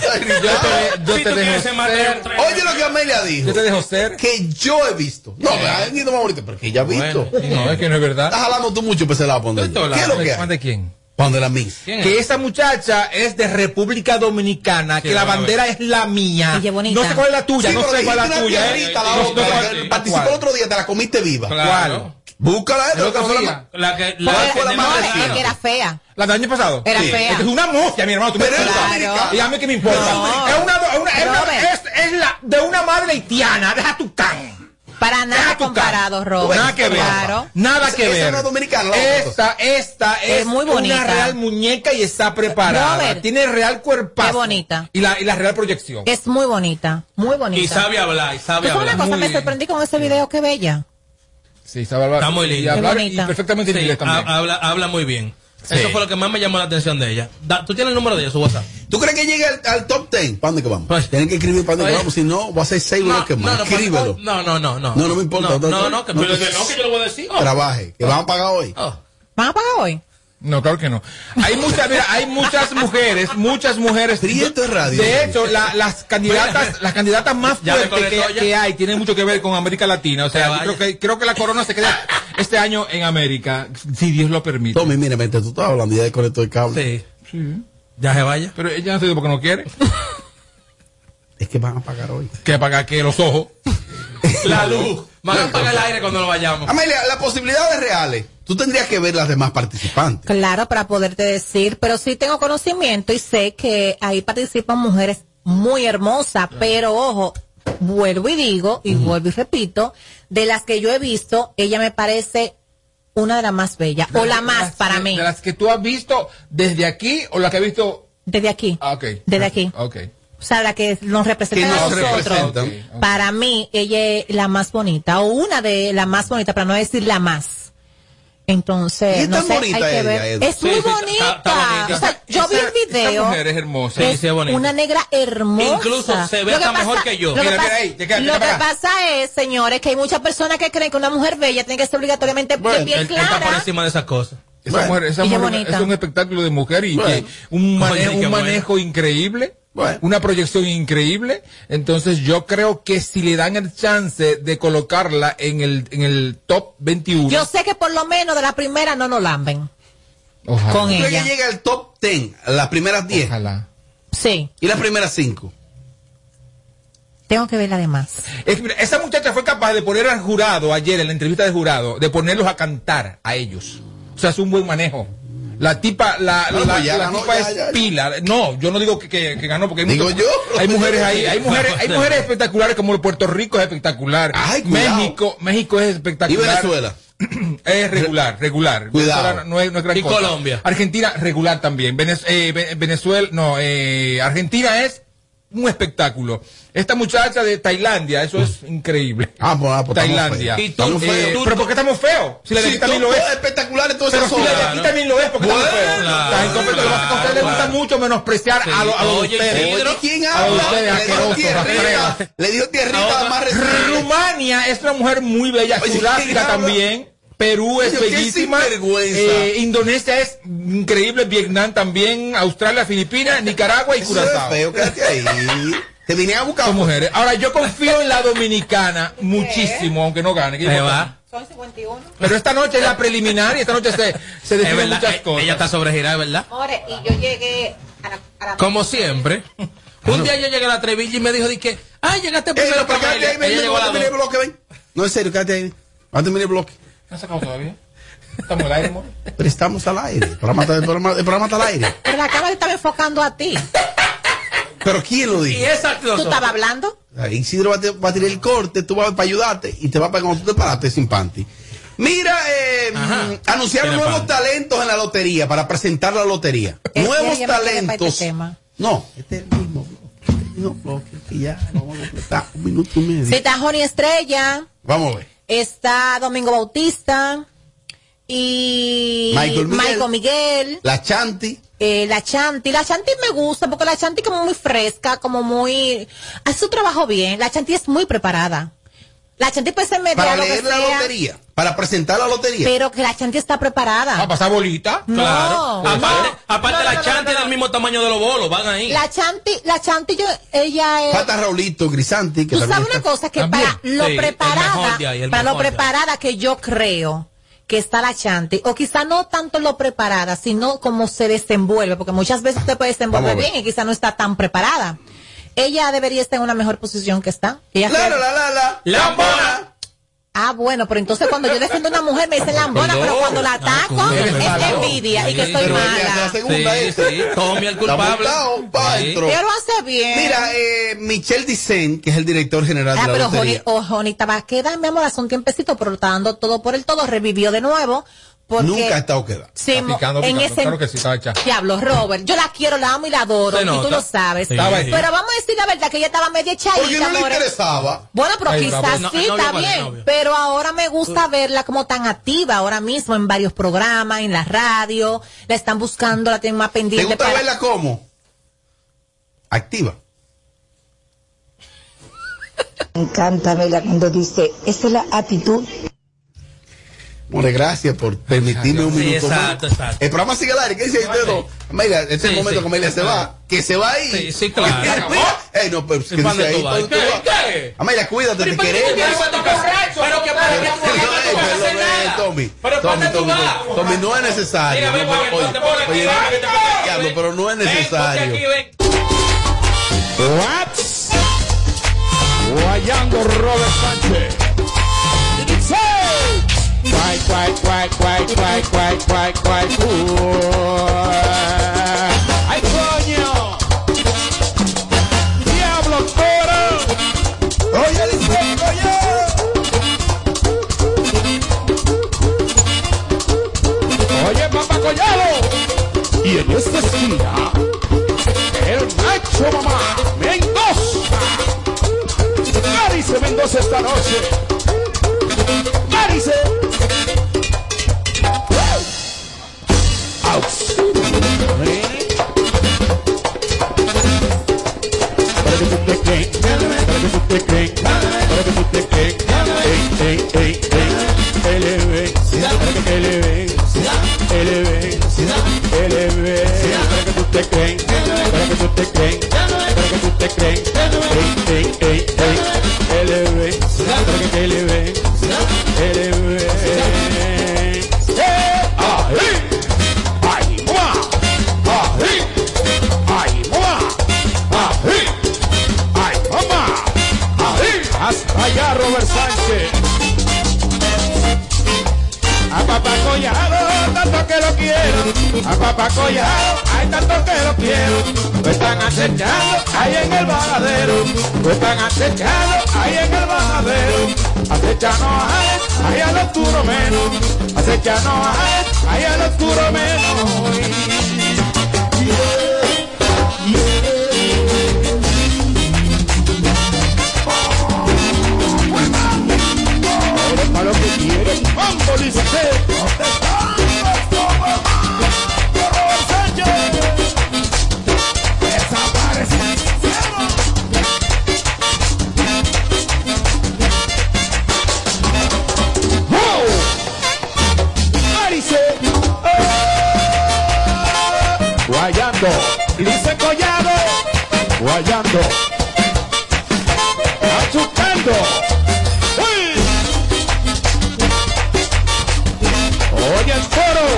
S15: Yo te dejo ser.
S1: Oye lo que Amelia dijo. Yo
S15: te dejo ser. Eh.
S1: Que yo he visto. No, han ido más bonito, pero que ella ha visto.
S15: No, es que no es verdad.
S1: Estás jalando tú mucho, pues se la va a poner.
S15: Esto, la-
S1: ¿Qué es lo que hay?
S15: ¿De quién?
S1: Cuando la mix.
S15: Que esa muchacha es de República Dominicana, que la
S1: bueno, a ver.
S15: bandera es la mía.
S3: Ella es bonita.
S15: No sé cuál es la tuya,
S1: Sí,
S15: no
S1: pero
S15: sé cuál es la
S1: dijiste
S15: tuya.
S1: una
S15: eh.
S1: piedrita, la
S15: No sé
S1: otra,
S15: cuál-
S1: la que participó el otro día, te la comiste viva.
S15: Claro.
S1: Búscala,
S15: El
S1: esta,
S15: otro
S1: que fue la
S15: día.
S1: más-
S2: La que
S3: Porque
S15: ¿Cuál
S3: era-
S15: fue la
S3: no,
S15: más
S3: es
S15: reciente?
S3: que era fea.
S15: ¿La del año pasado?
S3: Era
S15: Sí.
S3: fea.
S15: Es una mafia, mi hermano. ¿tú me
S3: Pero
S15: entiendes?
S3: es dominicana.
S15: Y a mí que me importa.
S3: No.
S15: Es, una, do- una- es una-
S3: Robert.
S15: es- es la de una madre haitiana. Deja tu can.
S3: Para nada comparado, Robert.
S15: Nada que ver.
S3: Claro.
S15: Nada
S1: Esa-
S15: que
S1: esa
S15: ver.
S1: no es dominicana, la
S15: esta, esta es,
S3: Es muy bonita.
S15: una real muñeca y está preparada.
S3: Robert.
S15: Tiene real cuerpazo.
S3: Qué bonita.
S15: Y la, y la real proyección.
S3: Es muy bonita, muy bonita.
S2: Y sabe hablar, y
S3: ¿Tú
S2: sabe
S3: sabes
S2: hablar.
S3: una cosa?
S15: Muy
S3: Me
S15: bien.
S3: sorprendí con ese video, qué bella.
S15: Sí, está, bárbaro.
S2: Está muy
S15: Y
S2: linda.
S15: hablar
S3: Qué
S15: y
S3: bonita.
S15: perfectamente en
S2: Sí,
S15: inglés también.
S2: ha- habla, habla muy bien. Eso fue lo que más me llamó la atención de ella. Da- ¿Tú tienes el número de ella, su WhatsApp?
S1: ¿Tú crees que llegue al, al top 10? ¿Para dónde que vamos?
S15: Pues,
S1: Tienen que escribir para dónde que
S2: Oye.
S1: vamos. Si no, va a ser 6 bloques más.
S2: pa-
S1: Escríbelo.
S2: No, no, no, no.
S1: No, no me importa.
S2: No, no, no, que, Oh,
S1: No,
S2: pero
S1: que-
S2: que no, que yo lo voy a decir. Oh.
S1: Trabaje. Que van a pagar hoy.
S3: ¿Van a pagar hoy?
S15: No, claro que no. Hay muchas, mira, hay muchas mujeres, muchas mujeres.
S1: Prieto es radio.
S15: De hecho, la- las candidatas, las candidatas más
S2: Ya me
S15: fuertes
S2: conectó
S15: que,
S2: ya.
S15: que hay tienen mucho que ver con América Latina. O sea, yo creo que, creo que la corona se queda este año en América, si Dios lo permite.
S1: Tommy, mira, mientras tú estabas hablando, ya desconectó el cable.
S2: Sí. Ya se vaya.
S15: Pero ella no se dio porque no quiere.
S1: Es que van a pagar hoy.
S15: Que para que los ojos.
S2: La luz. Van a apagar el aire cuando lo vayamos.
S1: Amelia, las posibilidades reales. Tú tendrías que ver las demás participantes.
S3: Claro, para poderte decir, pero sí tengo conocimiento y sé que ahí participan mujeres muy hermosas, pero ojo, vuelvo y digo, y vuelvo y repito, de las que yo he visto, ella me parece una de las más bellas, o la más para mí,
S15: De las que tú has visto desde aquí o la que has visto.
S3: desde aquí,
S15: Ah, ok.
S3: desde aquí.
S15: Ok.
S3: O sea, la que nos representa
S15: Que
S3: a
S15: nos
S3: nosotros.
S15: representan.
S3: Ok. Para mí, ella es la más bonita, o una de las más bonitas, para no decir la más. Entonces,
S15: Y es
S3: no
S15: tan
S3: sé,
S15: bonita
S3: hay que
S15: ella,
S3: ver.
S15: Edu.
S3: Es
S15: Sí,
S3: muy
S15: sí, está-
S3: bonita.
S15: está bonita.
S3: O sea, yo vi
S15: Esa-
S3: el
S15: esa
S3: video.
S15: mujer es hermosa. Sí, sí, es bonita.
S3: Una negra hermosa.
S2: Incluso se ve
S3: Lo que
S2: hasta mejor
S3: pasa-
S2: que yo.
S3: Lo que,
S2: Mira,
S3: pasa,
S2: mira ahí, te queda,
S3: lo
S2: mira
S3: que
S2: para acá.
S3: pasa es, señores, que hay muchas personas que creen que una mujer bella tiene que ser obligatoriamente de
S15: él-
S3: piel
S15: él está por
S3: clara.
S15: encima de esas cosas. Esa
S3: Bueno,
S15: mujer, esa
S3: y qué
S15: mujer
S3: bonita.
S15: es un espectáculo de mujer y
S3: Bueno.
S15: que un, mane-
S2: Oye, qué
S15: un
S2: bueno.
S15: manejo increíble, una proyección increíble. Entonces yo creo que si le dan el chance de colocarla en el, en el top 21,
S3: Yo sé que por lo menos de la primera no nos lamben.
S15: ojalá.
S3: Con
S1: ¿Tú crees
S3: ella.
S1: que llega al top 10, a las primeras 10?
S3: Sí,
S1: Y las primeras 5.
S3: tengo que ver la demás.
S15: Es- mira, esa muchacha fue capaz de poner al jurado ayer en la entrevista de jurado, de ponerlos a cantar a ellos. O sea, es un buen manejo. La tipa, la,
S1: No,
S15: la-
S1: pues ya
S15: la
S1: ganó,
S15: tipa
S1: ya,
S15: es
S1: ya, ya.
S15: pila. No, yo no digo que, que- que ganó porque hay
S1: Digo
S15: muchas-
S1: yo.
S15: Hay mujeres ahí, hay mujeres, hay mujeres espectaculares como el Puerto Rico es espectacular.
S1: cuidado.
S15: México, México es espectacular.
S1: ¿Y Venezuela?
S15: Es regular, regular.
S1: Cuidado.
S15: Venezuela no es, no es gran
S2: Y
S15: cosa.
S2: Colombia.
S15: Argentina, regular también. Venez- eh, Ve- Venezuela, no, eh, Argentina es un espectáculo. Esta muchacha de Tailandia, eso es increíble.
S1: Ah,
S15: Tailandia.
S1: pues, estamos feos. Estamos
S15: Eh,
S1: feos.
S15: pero ¿por qué estamos feos? Si la de aquí
S1: Sí,
S15: también lo
S1: todo
S15: es.
S1: espectacular entonces
S15: Pero si la de aquí también lo es, porque
S1: Bueno,
S15: estamos feos.
S1: claro,
S15: Las encompre- lo que pasa es que a ustedes les gusta mucho menospreciar a los a lo de
S1: Oye,
S15: ustedes.
S1: Isidro, ¿quién
S15: A lo de
S1: habla? Le
S15: ustedes,
S1: dio
S15: asquerosos,
S1: tierrita,
S15: rastrero.
S1: le dio tierrita
S15: A
S1: más
S15: otra.
S1: reciente.
S15: Rumania es una mujer muy bella,
S1: Oye, ¿quién
S15: Sudáfrica
S1: habla?
S15: también. Perú es
S1: Oye, qué
S15: bellísima.
S1: sinvergüenza.
S15: Eh, Indonesia es increíble. Vietnam también. Australia, Filipinas, Nicaragua y Curazao.
S1: Te vine a buscar.
S15: Son mujeres. Ahora, yo confío en la dominicana muchísimo, aunque no gane. que yo
S2: Ahí
S15: confío.
S2: va.
S15: Pero esta noche es la preliminar y esta noche se, se
S2: Es
S15: definen
S2: verdad,
S15: muchas
S2: eh,
S15: cosas.
S2: Ella está sobregirada, ¿verdad?
S3: More, y yo llegué a la, a la-
S2: Como siempre. Un día yo llegué a la Trevilla y me dijo, di que, ay, llegaste primero que
S1: Cállate
S2: Amelia".
S1: ahí, ven,
S2: Ella
S1: ven,
S2: llegó a
S1: va a
S2: la
S1: terminar el
S2: dos.
S1: bloque, ven. No, en serio, quédate ahí. Va a terminar el bloque.
S15: ¿No has sacado todavía? Estamos al aire, amor.
S1: Pero estamos al aire. El programa está, el programa- el programa está al aire.
S3: Pero la cámara estaba enfocando a ti.
S1: Pero ¿quién lo dijo?
S3: ¿Tú estabas hablando?
S1: Isidro va a, te- va a tirar el corte, tú vas para ayudarte y te va para cuando tú te paraste sin panty. Mira, eh, mm, anunciaron
S2: Tiene
S1: nuevos
S2: panty.
S1: talentos en la lotería para presentar la lotería.
S3: Es que
S1: nuevos
S3: ella me quiere para este
S1: talentos.
S3: tema.
S1: No, este es el mismo. bloque, el mismo bloque, que ya vamos a completar un minuto y medio.
S3: Sí, está Joni Estrella,
S1: Vamos a ver.
S3: está Domingo Bautista y
S1: Michael Miguel.
S3: Miguel,
S1: La Chanti.
S3: eh, la Chanti. La Chanti me gusta porque la Chanti como muy fresca, como muy... Hace su trabajo bien. La Chanti es muy preparada. La Chanti pues, puede ser media
S1: Para
S3: lo que
S1: leer la
S3: sea,
S1: lotería. Para presentar la lotería.
S3: pero que la Chanti está preparada.
S2: pues,
S15: ¿A pasar bolita?
S3: No. Pues
S2: Claro.
S3: No.
S2: Aparte, aparte la chante es del mismo tamaño de los bolos, van ahí.
S3: La Chanti, la Chanti, yo, ella es...
S1: Falta Raulito, Grisanti. Que
S3: Tú
S1: también
S3: sabes
S1: está-
S3: una cosa que
S1: También.
S3: para lo
S1: Sí, el
S3: preparada,
S1: mejor de ahí, el
S3: para lo
S1: mejor de ahí.
S3: preparada que yo creo que está la Chanti, o quizá no tanto lo preparada, sino como se desenvuelve, porque muchas veces usted puede desenvolver
S1: Vamos a ver.
S3: bien y quizá no está tan preparada. Ella debería estar en una mejor posición que está. Ella
S1: La,
S3: cree-
S1: la, la, la, la.
S3: Ah, bueno, pero entonces cuando yo defiendo a una mujer me dicen lambona, pero cuando
S1: Ah,
S3: la ataco es envidia y que estoy
S1: Pero ella
S3: mala.
S1: hace la segunda
S2: Sí,
S1: esta.
S2: sí, Tommy el culpable.
S1: Está montado, pa'
S2: Sí.
S1: dentro.
S3: Pero hace bien.
S1: Mira, eh, Michel Dicen, que es el director general
S3: Ah,
S1: de la
S3: pero Joni,
S1: lotería.
S3: oh, Joni Tabasqueda, mi amor, hace un tiempecito, pero lo está dando todo por el todo, revivió de nuevo. Porque
S1: Nunca ha estado quedado.
S3: Sí, mo-
S15: Picando,
S3: en
S15: picando.
S3: ese
S15: Claro que sí, estaba hecha.
S3: diablo, Robert, yo la quiero, la amo y la adoro,
S15: Se
S3: y
S15: nota.
S3: tú lo sabes.
S15: Sí. Estaba ahí.
S3: Pero vamos a decir la verdad, que ella estaba media echadita,
S1: Porque no le
S3: amores.
S1: interesaba.
S3: Bueno, pero
S1: Ahí va,
S3: quizás
S1: bueno.
S3: sí,
S1: No, novio,
S3: está
S1: vale,
S3: bien.
S1: novio.
S3: Pero ahora me gusta verla como tan activa ahora mismo en varios programas, en la radio. La están buscando, la tienen más
S1: ¿Te
S3: pendiente.
S1: gusta
S3: para-
S1: verla como? Activa.
S16: Me encanta verla cuando dice, esa es la actitud
S1: More, gracias por permitirme un
S2: Sí,
S1: minuto.
S2: exacto,
S1: más.
S2: exacto.
S1: El programa sigue al aire. ¿Qué dice usted? dos? Amelia, este es el
S2: Sí,
S1: momento
S2: sí.
S1: que Amelia se va. Que se va ahí.
S2: Sí, sí, claro.
S1: Que se acabó. Ey, no, pero ¿qué
S2: ¿Y para
S1: dice
S2: dónde
S1: ahí?
S2: tú vas?
S1: ¿Para dónde tú vas? Amelia, cuídate, te queremos.
S2: Pero que para que
S1: No, eh, pero, eh, Tommy, Tommy, Tommy, Tommy, Tommy, no es necesario.
S2: Mira, ven,
S1: No,
S2: porque
S1: oye,
S2: no te pones aquí,
S1: oye,
S2: ven,
S1: no,
S2: que te pones aquí,
S1: diablo,
S2: ven.
S1: pero no es necesario.
S5: Guayando Robert Sánchez. Guay, guay, guay, guay, guay, guay, guay, guay, guay. ¡Ay, coño! ¡Diablo, toro! ¡Oye, el incendio, oye! ¡Oye, papá Collado! Y en esta esquina, el macho mamá Mendoza. Marice Mendoza esta noche. Marice. siempre que le ven, él ven, él ven, para que tú te creen, para que tú te creen, para que tú te creen, ey, ey, ey, ey, él ven, para que que le ven, él ven, ahí, ahí, mua, ahí, ahí, mua, ahí, ahí, mamá, ahí, hasta allá Robert Sánchez. A papá collado, tanto que lo quiero. A papá collado, hay tanto que lo quiero. Lo están acechando ahí en el bajadero. Lo están acechando ahí en el bajadero. Acechanos a él, ahí al oscuro menos. Acechanos a él, ahí al oscuro menos. Eres pa' lo que quieres, mambo Liceo. ¡Wow! Marice, ¡eh! Guayando, Lice Collado, guayando, achucando, ¡uy! Oye el coro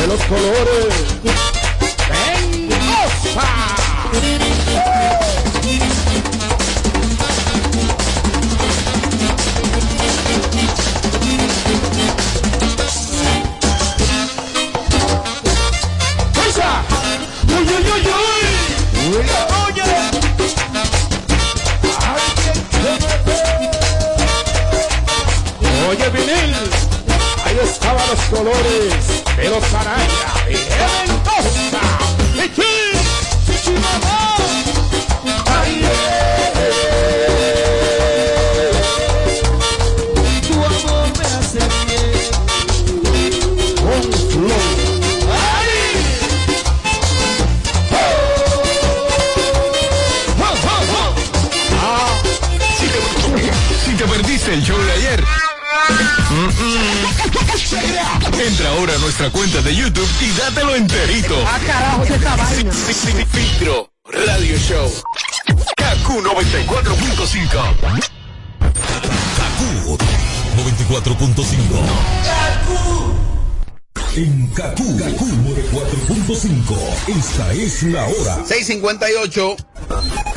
S5: de los colores. ¡Ven, goza! ¡Goza! ¡Uy, uy, uy, uy! ¡Oye! ¡Oye, vinil! Ahí estaban los colores de los arañas y de Mendoza. ¡Chichi! ¡Chichi, mamá! ¡Ay, é. Tu amor me hace bien. Un flow. ¡Ay! ¡Oh! ¡Oh, oh, oh! ¡Ah!
S12: Si te, si te perdiste el show de ayer. Mm-mm. Entra ahora a nuestra cuenta de YouTube y dátelo enterito.
S21: Ah, carajo, ¿qué
S5: tá
S21: esta vaina?
S12: Fi- fi- Filtro Radio Show. KQ 94.5.
S22: Kaku 94.5. En Kaku, Kaku 94.5. Esta es la hora.
S1: 658.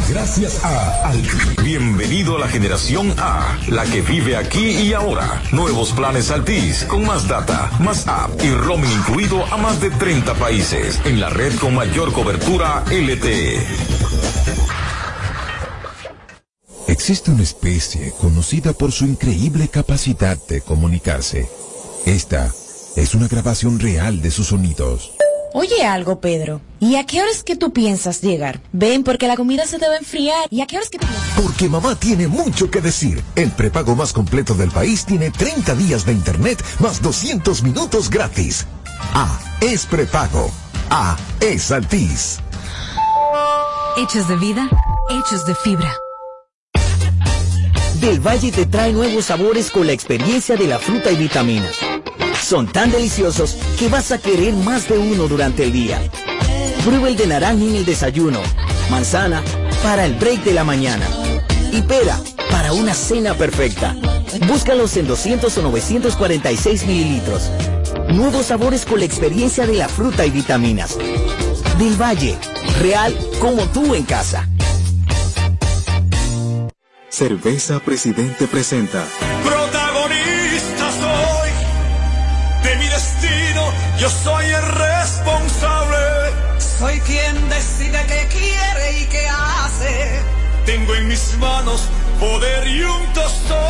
S22: Gracias a Al.
S23: Bienvenido a la generación A, la que vive aquí y ahora. Nuevos planes Altis, con más data, más app y roaming incluido a más de 30 países, en la red con mayor cobertura LTE.
S18: Existe una especie conocida por su increíble capacidad de comunicarse. Esta es una grabación real de sus sonidos.
S17: Oye algo, Pedro. ¿Y a qué horas que tú piensas llegar? Ven, porque la comida se te va a enfriar. ¿Y a qué horas que tú piensas?
S18: Porque mamá tiene mucho que decir. El prepago más completo del país tiene 30 días de internet más 200 minutos gratis. A es prepago. A es Altiz.
S24: Hechos de vida, hechos de fibra.
S20: Del Valle te trae nuevos sabores con la experiencia de la fruta y vitaminas. Son tan deliciosos que vas a querer más de uno durante el día. Prueba el de naranja en el desayuno, manzana para el break de la mañana y pera para una cena perfecta. Búscalos en 200 o 946 mililitros. Nuevos sabores con la experiencia de la fruta y vitaminas. Del Valle, real como tú en casa.
S25: Cerveza Presidente presenta.
S8: Protagonista soy de mi destino, yo soy el responsable. Soy quien decide qué quiere y qué hace. Tengo en mis manos poder y un tostón.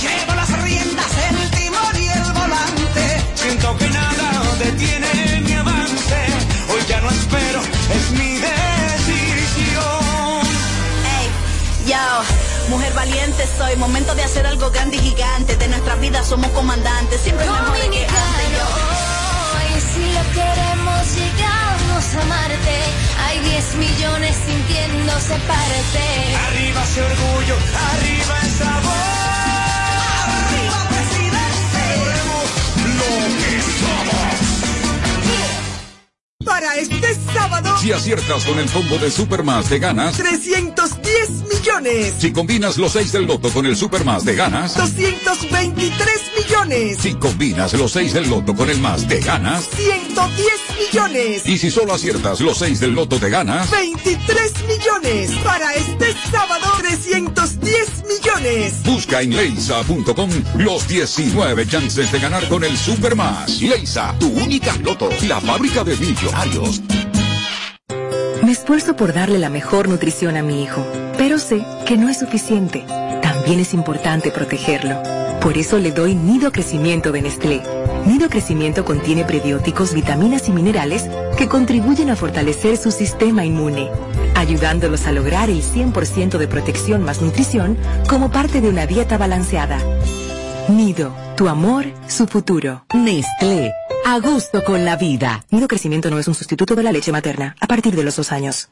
S21: Llevo las riendas, el timón y el volante.
S8: Siento que nada detiene mi avance. Hoy ya no espero, es mi decisión.
S13: Yo, mujer valiente soy, momento de hacer algo grande y gigante. De nuestra vida somos comandantes, siempre mejor que antes. Yo. si lo queremos llegamos a Marte. Hay 10 millones sintiéndose parte.
S5: Arriba ese orgullo, arriba esa voz. Arriba presidente. Lo que
S26: Para este sábado,
S27: Si aciertas con el combo de Supermas de ganas,
S26: 310 millones,
S27: si combinas los 6 del loto con el Supermas de ganas,
S26: 223 millones,
S27: si combinas los 6 del loto con el más de ganas,
S26: 110 millones,
S27: y si solo aciertas los 6 del loto de ganas,
S26: 23 millones. Para este sábado, 310 millones.
S27: busca en leisa.com los 19 chances de ganar con el Supermas. Leisa, tu única loto, la fábrica de millonarios.
S3: Me esfuerzo por darle la mejor nutrición a mi hijo, pero sé que no es suficiente. También es importante protegerlo. Por eso le doy Nido Crecimiento de Nestlé. Nido Crecimiento contiene prebióticos, vitaminas y minerales que contribuyen a fortalecer su sistema inmune, ayudándolos a lograr el 100% de protección más nutrición como parte de una dieta balanceada. Nido, tu amor, su futuro. Nestlé, a gusto con la vida. Nido Crecimiento no es un sustituto de la leche materna a partir de los dos años.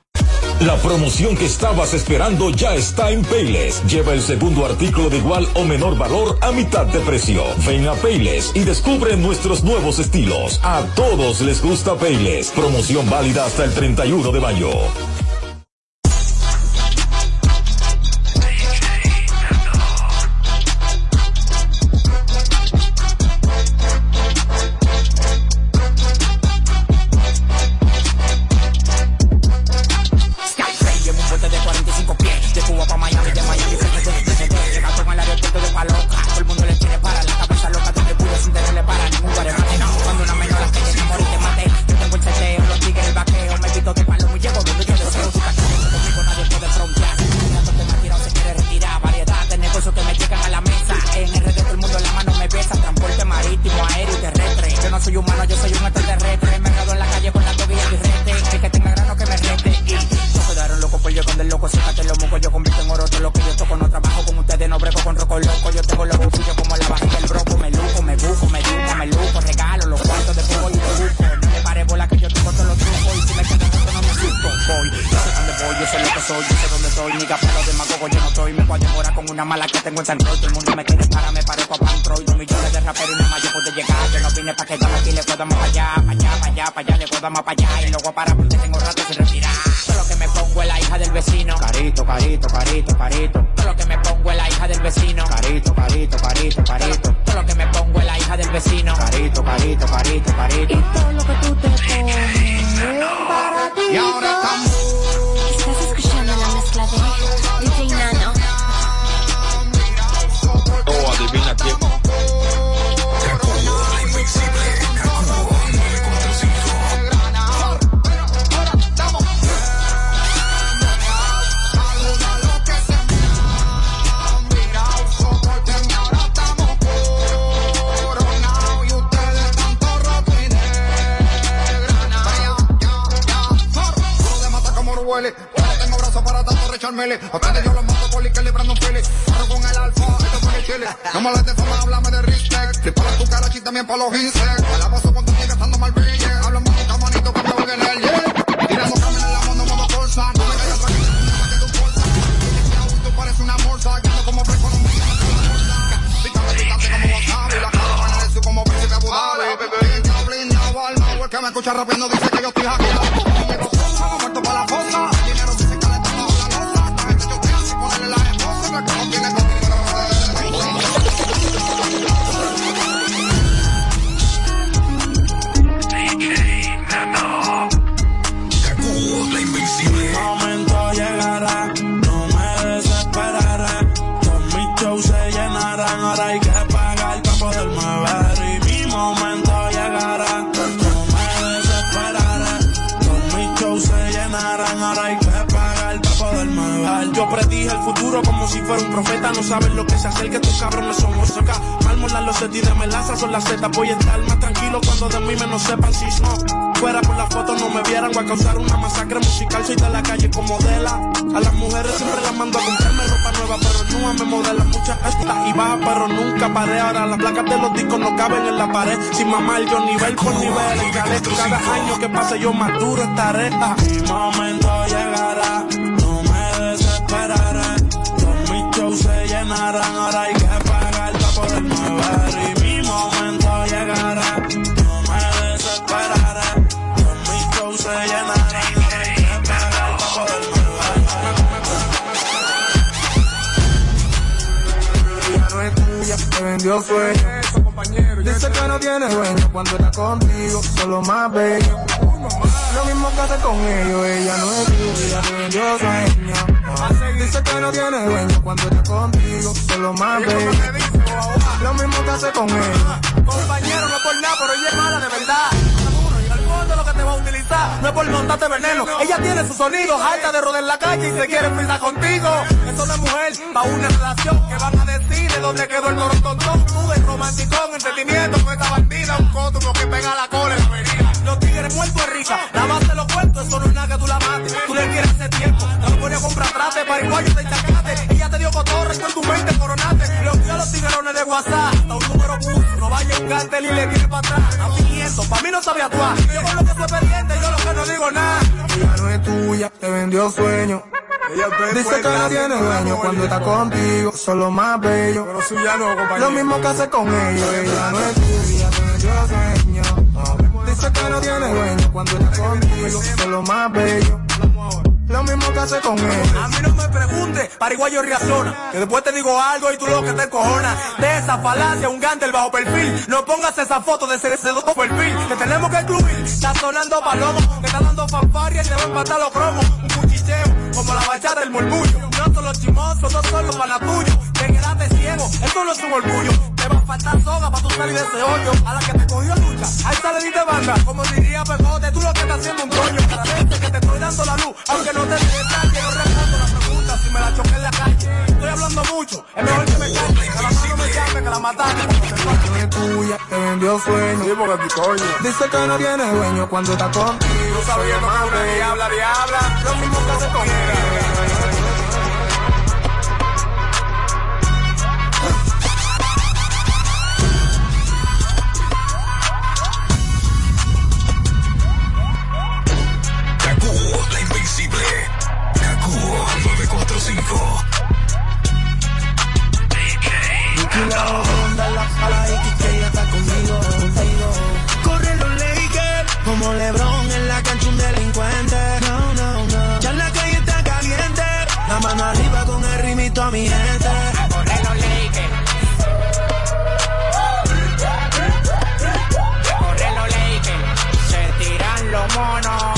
S18: La promoción que estabas esperando ya está en Payless. Lleva el segundo artículo de igual o menor valor a mitad de precio. Ven a Payless y descubre nuestros nuevos estilos. A todos les gusta Payless. Promoción válida hasta el 31 de mayo.
S28: Oh,
S29: Skytrain llevo un bote de 45 pies De Cuba pa' Miami, de Miami pa' Desde desde Llega con el aeropuerto de Paloca Todo el mundo le tiene para la cabeza loca Donde pude sin tenerle para ningún guaremate no. Cuando una menor te llega morir te mate Yo tengo el seteo, los tigres, el vaqueo Me pido de palo y llego donde yo deseo Tu cachorro conmigo nadie puede frontear Tanto que me ha tirado se quiere retirar Variedad de negocios que me llegan a la mesa En el red todo el mundo la mano me besa Transporte marítimo, aéreo y terrestre Yo no soy humano, yo soy un extraterrestre Me quedo en la calle con la tobilla y rete El que tenga grano que me rete y no quedaron locos por yo con el loco, sácate los mocos, yo convierto en oro todo lo que yo toco, no trabajo con ustedes, no brego con roco loco, yo tengo los bolsillos como la barriga del broco, me luco, me buco, me duco, me luco, regalo los cuartos de fuego y te busco, no le pare bola que yo tengo todos los trucos, y si me quedo corto no me asusto, voy, yo sé dónde voy, yo sé lo que soy, yo sé dónde estoy, ni gafado demagogo, yo no estoy, me voy a devorar con una mala que tengo en San Roy, todo el mundo me quiere para, me parezco a Pantroy, dos millones de raperos y nada más yo pude llegar, yo no vine pa' quedarme aquí, le puedo más pa' allá, pa' allá, pa' allá, pa' allá, le puedo más pa' allá, y luego para porque tengo rato sin respirar, todo lo que me pongo es la hija del vecino, carito, carito, carito, carito, todo lo que me pongo es la hija del vecino, carito, carito, carito, carito, todo lo que me pongo es la hija del vecino, carito, carito, carito, carito, y todo lo que tú te
S13: Y ahora estamos. Estás escuchando la mezcla de DJ Nano.
S28: Oh, adivina quién.
S8: huele. Ahora tengo brazos para tanto Richard Mille. Ustedes yo los mato con Licker librando un fili. Corro con el alfa, esto fue el chile. No me de fama, háblame de respect. Te para tu cara, aquí también para los insects. Me la paso con tu chica estando mal brille. Hablo más de manito que me voy en el yeah. Tirando cámara en la mano, modo bolsa. No me caigas para que te ponga más que tu bolsa. Este auto parece una morsa. Yendo como fresco, no me llamas como bolsa. Pícate, pícate como wasabi. La cara amanece como príncipe Abu Dhabi. Llegué ya blindado al mago. El que me escucha rapiendo dice que yo estoy hackeado. Muerto para la fosa.
S5: La invencible.
S29: momento llegará, no me desesperaré. Con mis shows se llenarán, ahora hay que pagar para poder mover. Y mi momento llegará, no me desesperaré. Con mis shows se llenarán, ahora hay que pagar para poder mover. Yo predije el futuro como si fuera un profeta, no saben lo que se acerca, estos cabrones somos acá. Palmo las losetas y de melaza son las setas, voy a estar más tranquilo cuando de mí menos sepan si no. Fuera por las fotos no me vieran, voy a causar una masacre musical, soy de la calle como Dela. A las mujeres siempre las mando a comprarme ropa nueva
S8: nueva, pero nueva me modela muchas altas y bajas, pero nunca paré. Ahora las placas de los discos no caben en la pared. Sin mamar yo nivel por nivel, escalé. Cada año que pasa yo más duro estaré. Ah, Mi momento llegará, no me desesperaré. Con mis shows se llenarán, ahora hay que pagarla por el mover. Y mi momento llegará, no me desesperaré. Con mis shows se llenarán, ahora hay que pagarla por el
S13: Ya no es tuya, te vendió fue su compañero. Dice que no tiene dueño cuando está contigo, solo más bello. Lo mismo que hace con ellos, ella no es tuya, te vendió sueño. Dice que no tiene dueño cuando está contigo, solo más bello. Lo mismo que hace con ellos.
S8: Compañero, no es por nada, pero ella es mala de verdad. Duro y al fondo lo que te va a utilizar. No es por montarte veneno. Ella tiene sus sonidos, alta de rodar en la calle y se quiere enfrentar contigo. Eso no es mujer, pa' una relación que van a decir de dónde quedó el corontón. Tú de romanticón, entretenimiento con esta bandida, un cótumo que pega la cola en la avenida. Los tigres muertos es rica, la base de los cuentos, eso no es nada que tú la mates. Tú le quieres hacer tiempo, no lo pones a comprar trate, pariguayos de chacate. Ella te dio cotorra y tú en tu mente coronaste. Bloqueó los tiguerones de WhatsApp, hasta un número puso, no vaya en cartel y le tire para atrás. A 500, pa' mí no sabía actuar. Yo con lo que soy pendiente, yo lo que no digo nada.
S13: Ella no es tuya, te vendió sueño. Dice que no tiene dueño cuando está contigo, solo más bello. Lo mismo que hace con ellos, ella no es tuya, te vendió sueño. Dice que no tiene dueño cuando está contigo, solo más bello. Lo mismo que hace con ellos.
S8: A mí no me preguntes, pariguayo reacciona. Que después te digo algo y tú lo que te cojonas. De esa falacia, un gante el bajo perfil. No pongas esa foto de ese ese bajo perfil. Te tenemos que incluir. Está sonando palomo, que está dando fanfarria y te va a empatar los cromos. Un cuchicheo, como la bachata del murmullo. No son los chimosos, no son los panatullos. Te quedaste ciego, esto no es un orgullo. Te va a faltar soga para tú salir de ese hoyo. A la que te cogió lucha, ahí sale y te banda. Como diría Pegote, tú lo que estás haciendo un coño. Agradece que te estoy dando la luz, aunque no te entiendas, que no respondo la pregunta si me la choqué en la calle. Estoy hablando mucho, es mejor que me cante, que la mano me llame, que la mataste.
S13: no es tuya, te vendió sueño. Dice que no tiene dueño cuando está contigo.
S8: Sabiendo que una diabla, diabla, lo mismo que hace con
S18: Kakuo, la invencible. Kakuo 945.
S30: onda la pala y que ella está conmigo, conmigo. Corre los Lakers como LeBron en la cancha un delincuente. No, no, no. Ya en la calle está caliente. La mano arriba con el rimito a mi gente. Corre los Lakers.
S29: Corre los Lakers, se tiran los monos.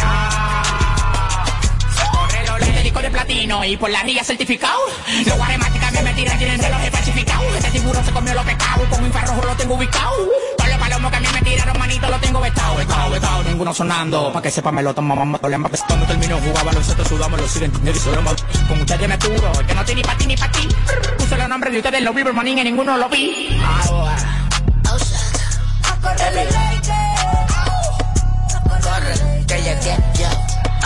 S29: Se corre los Lakers. disco de platino y por la ría certificado. Los guaremáticas también me tiran, tienen relojes falsificados. Este tiburón se comió los pecados, con un rojo lo tengo ubicado. Con los palomos que a mí me tiraron, manito, lo tengo vetado, vetado, vetado. Ninguno sonando, pa' que sepa me lo tomo, mamá, problema. Pues cuando termino jugaba baloncesto, sudamos, lo siguen, y solo Con muchachos me apuro, que no tiene pa' ti ni pa' ti. Puse los nombres de ustedes, los vi, pero manín, y ninguno lo vi. Ahora.
S17: Corre, que llegué yo.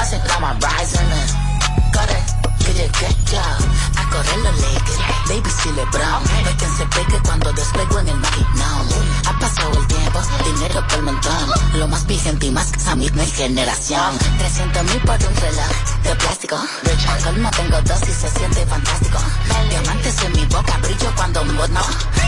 S17: Hace como Ryzen. Corre, que llegué yo. A correr los Lakers, baby si lebron. Ve quien se pegue cuando despego en el maquinón. Ha pasado el tiempo, dinero por montón. Lo más vigente y más que esa misma generación. 300 mil por un reloj de plástico. Al colmo tengo dos y se siente fantástico. Diamantes en mi boca, brillo cuando me no.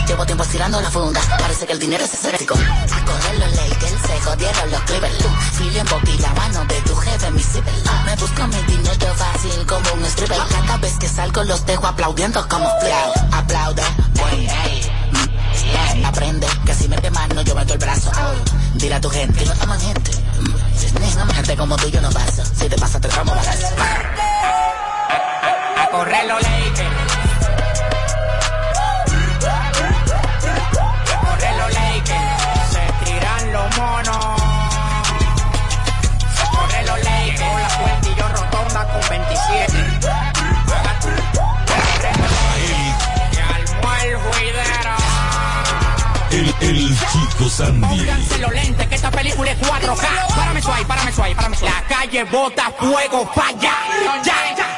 S17: Llevo tiempo estirando la funda, parece que el dinero es escéptico. A correr los Lakers, se jodieron los Cleveland. Filio en boca y la mano de tu jefe, mi civil. Me busco mi dinero fácil como un stripper. Cada vez que salgo los dejo aplaudiendo como flau. Aplaude, boy, ey. Mm, Aprende que si mete mano yo meto el brazo. Dile a tu gente, no aman gente. Mm, ni aman Gente como tú yo no paso. Si te pasa te tramo balazo.
S29: A correr los Lakers. A correr los Lakers. Se tiran los monos. Se corre los Lakers. Con la fuerte y yo rotonda con 27. Corre los Lakers. Me armó el juidero.
S18: El, el chico Sandy.
S29: Pónganse los lentes que esta película es 4K. Párame suave, párame suave, párame suave. La calle bota fuego, falla. Ya, ya.